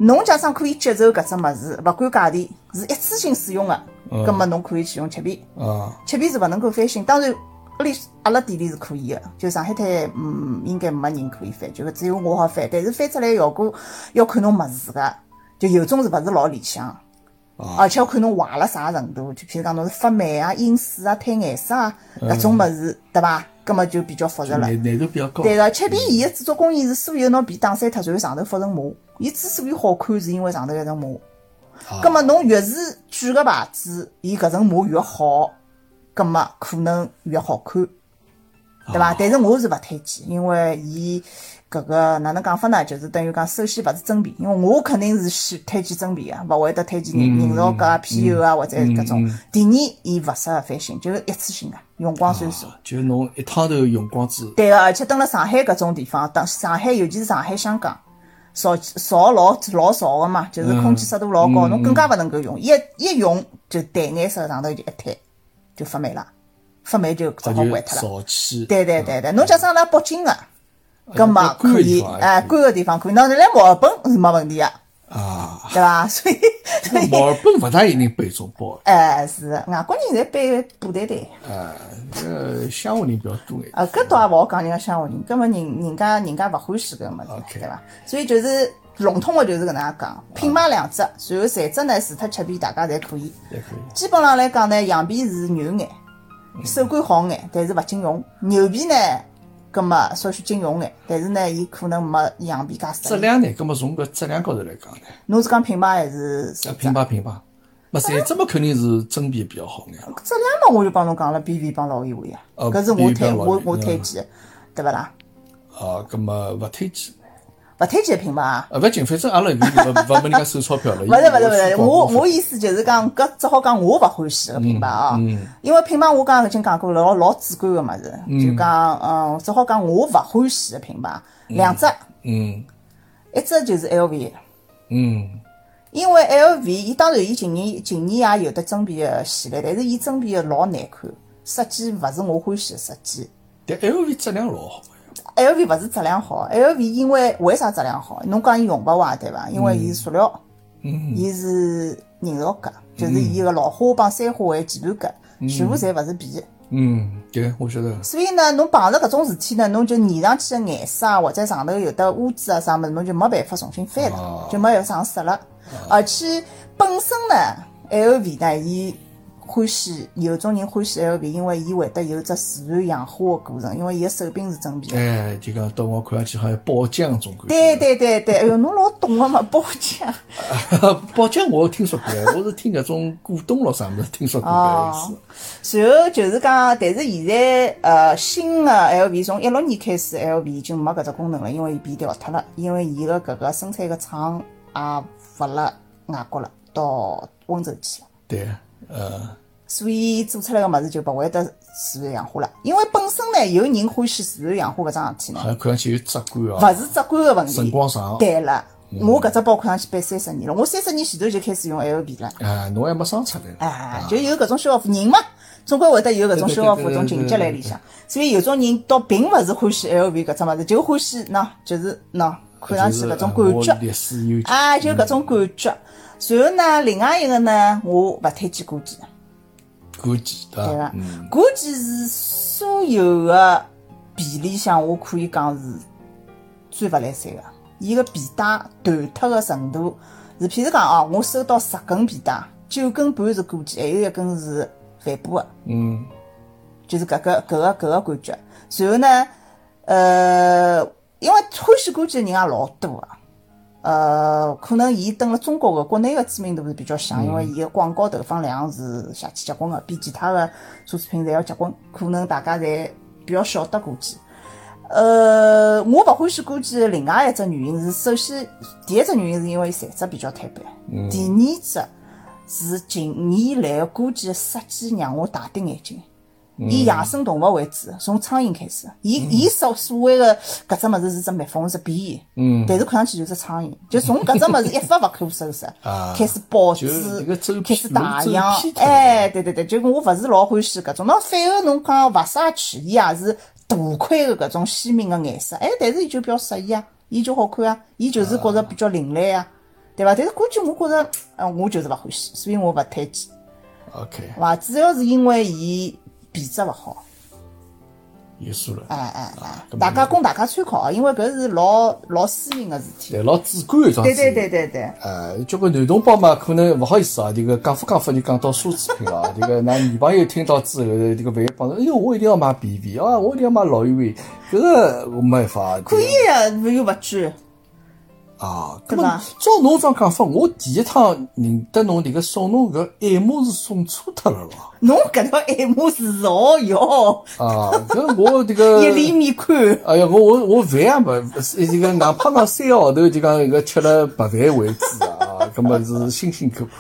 侬假使可以接受搿只物事，勿管价钿，是一次性使用个，嗯葛末侬可以去用切片。啊，切片是勿能够翻新，当然。屋里阿拉店里是可以的，就上海滩，嗯，应该没人可以翻，就是只有我好翻。但是翻出来效果要看侬物事个，就有种是勿是老理想，而且要看侬坏了啥程度。就譬如讲侬是发霉啊、阴水啊、褪颜色啊搿种物事，对伐？葛末就比较复杂了。难难度比较高，对个，切片伊个制作工艺是所有拿皮打散脱，然后上头覆层膜。伊之所以好看，是因为上头有层膜。葛么侬越是贵个牌子，伊搿层膜越好，葛么可能越好看，对伐？但是我是勿推荐，因为伊搿个哪能讲法呢？就是等于讲，首先勿是真皮，因为我肯定是先推荐真皮个，勿会得推荐人人造革啊、PU 啊或者搿种。第二，伊勿适合翻新，就是一次性个，用光最少。就侬一趟头用光子，对啊个，而且蹲辣上海搿种地方，等上海尤其是上海、香港，潮潮老老潮个嘛，嗯就是空气湿度老高，侬更加勿能够用，一一用就淡颜色上头就一摊，就发霉了，发霉就只它好就掼脱潮了。气，对对对对，侬假使阿拉北京个，哎搿么干可的以地，方哎，还干个地方可以，侬来墨尔本是没问题个，啊，对伐？ *laughs* 所以，所以，墨尔本勿大有人背中包，哎，是外国人侪背布袋袋。啊，呃，乡下人比较多哎，啊，搿倒也勿好讲人家乡下人，根本人人家人家勿欢喜搿物事， OK 啊对伐？所以就是笼统个就是搿能介讲，品牌两只，然后材质呢，除脱切片，大家侪可以。也可以，基本上来讲呢，羊皮是软眼，嗯手感好眼，但是勿经用；牛皮呢，葛末稍许经用眼，但是呢，伊可能没羊皮介质实。量呢，葛末从搿质量高头来讲呢，侬是讲品牌还是材啊，质品？牌品牌，么材质么肯定是真皮比较好眼了，质量嘛，我就帮侬讲了，BV 帮老一位啊，哦搿是我 BV 推帮老我一位我推嗯荐，对勿啦？啊，葛末勿推荐。勿推荐品牌啊。啊，勿要紧，反正阿拉搿个勿勿拨人家收钞票了。勿是勿是勿是，我我伊意思就是讲，搿只好讲我勿欢喜个品牌啊，因为品牌我刚刚已经讲过了，老老主观个物事，就讲嗯，只好讲我勿欢喜个品牌，两只，嗯一只就是 LV，嗯因为 LV 伊当然伊近年近年也有得真皮个系列，但是伊真皮个老难看，设计勿是我欢喜个设计。但 LV 质量老好呀， LV 勿是质量好，LV 因为为啥质量好？侬讲伊用勿坏对伐？因为伊是塑料，伊是人造革，就是伊个老花帮山花还键盘革，全部侪勿是皮。嗯，对，我晓得。所以呢，侬碰着搿种事体呢，侬就粘上去个颜色啊，或者上头有的污渍啊啥物事，侬就没办法重新翻了哦，就没有上色了。而且本身呢，LV 呢，伊欢喜有种人欢喜 LV，因为伊会得有只自然氧化个过程，因为伊个手柄是真皮。哎，就讲到我看上去好像包浆种感 *laughs* 对觉。对对对，哎哟，侬老懂个嘛，包浆。包浆我听说过，我是听搿种股东咯啥物事听说过搿哦事。随后就是讲，但是现在呃新的 LV 从一六年开始，LV 已经没搿只功能了，因为伊变调脱了，因为伊个搿个生产个厂也勿辣外国了，到温州去了。对，呃，所以做出来个物事就勿会得自然氧化了，因为本身呢有人欢喜自然氧化搿桩事体呢好，像看上去有质感勿啊，是直观个问辰题。光嗯长。对了，我搿只包看上去办三十年了，我三十年前头就开始用 LV 了。啊，侬还没生出来呢。啊哎，就有搿种消费人嘛，总归会得有搿种消费对对对对搿种情节辣里向。所以有种人倒并勿是欢喜 LV 搿只物事，就欢喜喏，就是喏，看上去搿种感就是啊我觉，历史悠久。啊，就搿种感觉。然后呢，另外一个呢，我勿推荐古籍，感激对嗯伐对伐？？古籍是所有个皮里向，我可以讲是最勿来三个。伊个皮带断脱个程度，是譬如讲哦，我收到十根皮带，九根半是古籍，还有一根是帆布个。嗯就是搿个搿个搿个感觉。然后呢，呃，因为欢喜歌剧的人也老多啊。呃，可能伊登了中国个国内个知名度是比较响，因为伊个广告投放量是邪气结棍个，比其他个奢侈品侪要结棍。可能大家侪比较晓得歌剧。呃，我勿欢喜歌剧的另外一只原因是，首先第一只原因是因为材质比较摊板，第二只是近年来歌剧的设计让我大跌眼镜。以野生动物为主，从苍蝇开始。伊伊所所谓的搿只物事是只蜜蜂，是鼻翼。嗯。但是看上去就是只苍蝇，就从搿只物事一发不可收拾，开始爆就枝是一个周，开期始大周样期。脱了哎，对对对，就我勿是老欢喜搿种。那反而侬讲伐沙曲，伊也是大块的搿种鲜明的颜色。哎，但是伊就比较适宜啊，伊就好看啊，伊就是觉着比较另类啊，对伐？但是估计我觉着，嗯，我就是勿欢喜，所以我勿推荐。 OK，哇，主要是因为伊皮质勿好，有数了。哎哎啊哎，大家供大家参考啊，因为搿是老老私人个事体。对，老主观一桩对事。对对。对对，呃，交关男同胞嘛，可能勿好意思啊，这个讲法讲法就讲到奢侈品啊，这个那女朋友听到之后，这个万一帮着，哎哟，我一定要买 BV 啊，我一定要买老一位，搿个我没办法。可以呀，勿又勿贵。啊，对搿么伐照侬这样讲法，我第一趟认得侬迭个送侬搿爱马仕送错脱了咯。侬搿条爱马仕哦哟，啊，搿我迭 *laughs* 个一厘米宽， *laughs* 哎呀，我我我饭也没，这个哪怕讲三个号头，就讲搿吃了白饭为止啊，搿么是辛辛苦苦。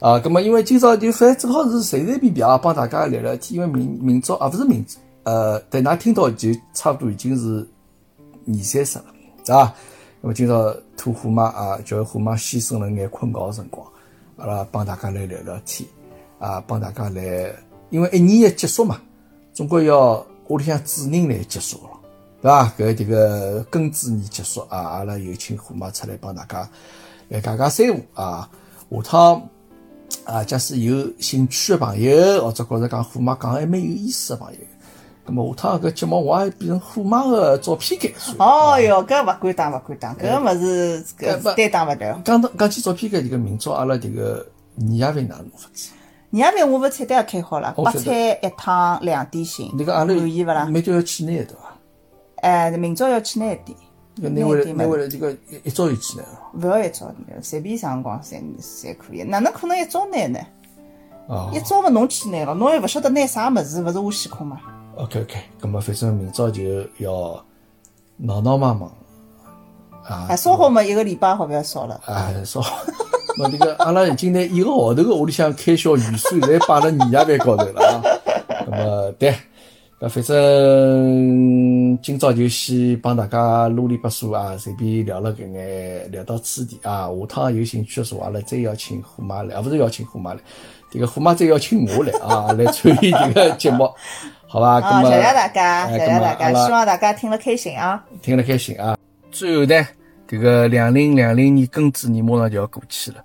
啊，搿么因为今朝就反正正好是随随便便啊，帮大家聊聊天，因为明明朝啊勿是明朝，呃，但㑚听到就差不多已经是二三十了，对伐？那么今朝兔虎妈啊，叫虎妈先生辣眼困觉个辰光，阿拉帮啊大家来聊聊天，啊，帮大家来，因为一年要结束嘛，总归要屋里向主人来结束了。对伐？搿迭个庚子年结束啊，阿拉有请虎妈出来帮大家来讲讲三胡啊。下趟啊，假使有兴趣的朋友，或者觉着讲虎妈讲还蛮有意思的朋友，那么下趟搿节目我也变成虎妈的照片间。哦哟，搿勿敢当勿敢当，搿个物事搿勿搿担当勿了。讲到讲起照片间，迭个明朝阿拉迭个年夜饭哪能弄法子？年夜饭我勿菜单也开好了，我白晓得菜一汤两点心，迭个阿拉满意勿啦？每朝要去拿对伐？哎，明朝要去拿一点，迭个拿回来拿一点拿回嘛来迭个一一早就去拿勿要一早，随便啥辰光侪侪可以。哪能可能一早拿呢？哦一早勿侬去拿了，侬又勿晓得拿啥物事，勿是挖西空嘛？ OK OK，咁么反正明朝就要闹闹忙忙啊，烧好嘛，一个礼拜好勿要烧了。啊，说，那这个阿拉已经拿一个号头个屋里向开销预算，侪摆辣年夜饭高头了啊。咁么对，那反正今朝就先帮大家啰里吧嗦啊，随便聊了搿眼，聊到此地啊。下趟有兴趣的话，阿拉再邀请虎妈来，啊，勿是邀请虎妈来，这个虎妈再邀请我来啊，来参与这个节目，好吧？咁啊，么谢谢大家，哎谢谢咁么大阿家，拉希望大家听了开心啊！听了开心啊。最后呢，这个两零两零年庚子年马上就要过去了，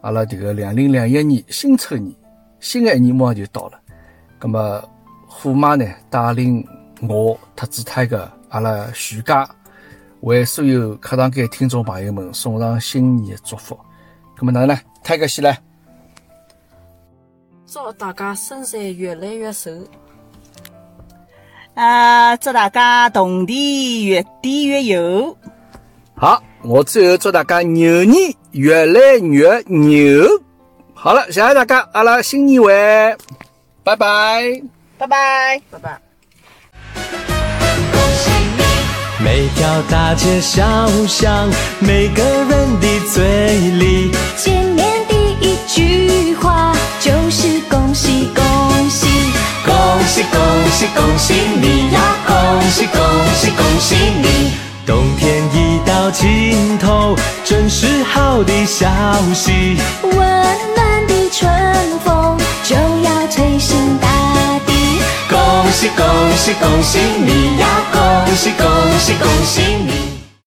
阿拉这个两零两一年辛丑年，新的一年马上就到了。那么虎妈呢，带领我特子泰个阿拉全家，为所有客堂间听众朋友们送上新年的祝福。那么哪能呢？泰个先来，祝大家身材越来越瘦，啊，祝大家铜钿越低越有，好，我最后祝大家牛年越来越牛。好了，谢谢大家，阿拉新年会，拜拜。拜拜，拜拜。每条大街小巷，每个人的嘴里，见面第一句话就是恭喜恭喜，恭喜恭喜恭喜你呀！恭喜恭喜恭喜你！冬天已到尽头，真是好的消息。温暖的春风就要吹醒大地。恭喜恭喜恭喜你呀！恭喜恭喜恭喜你！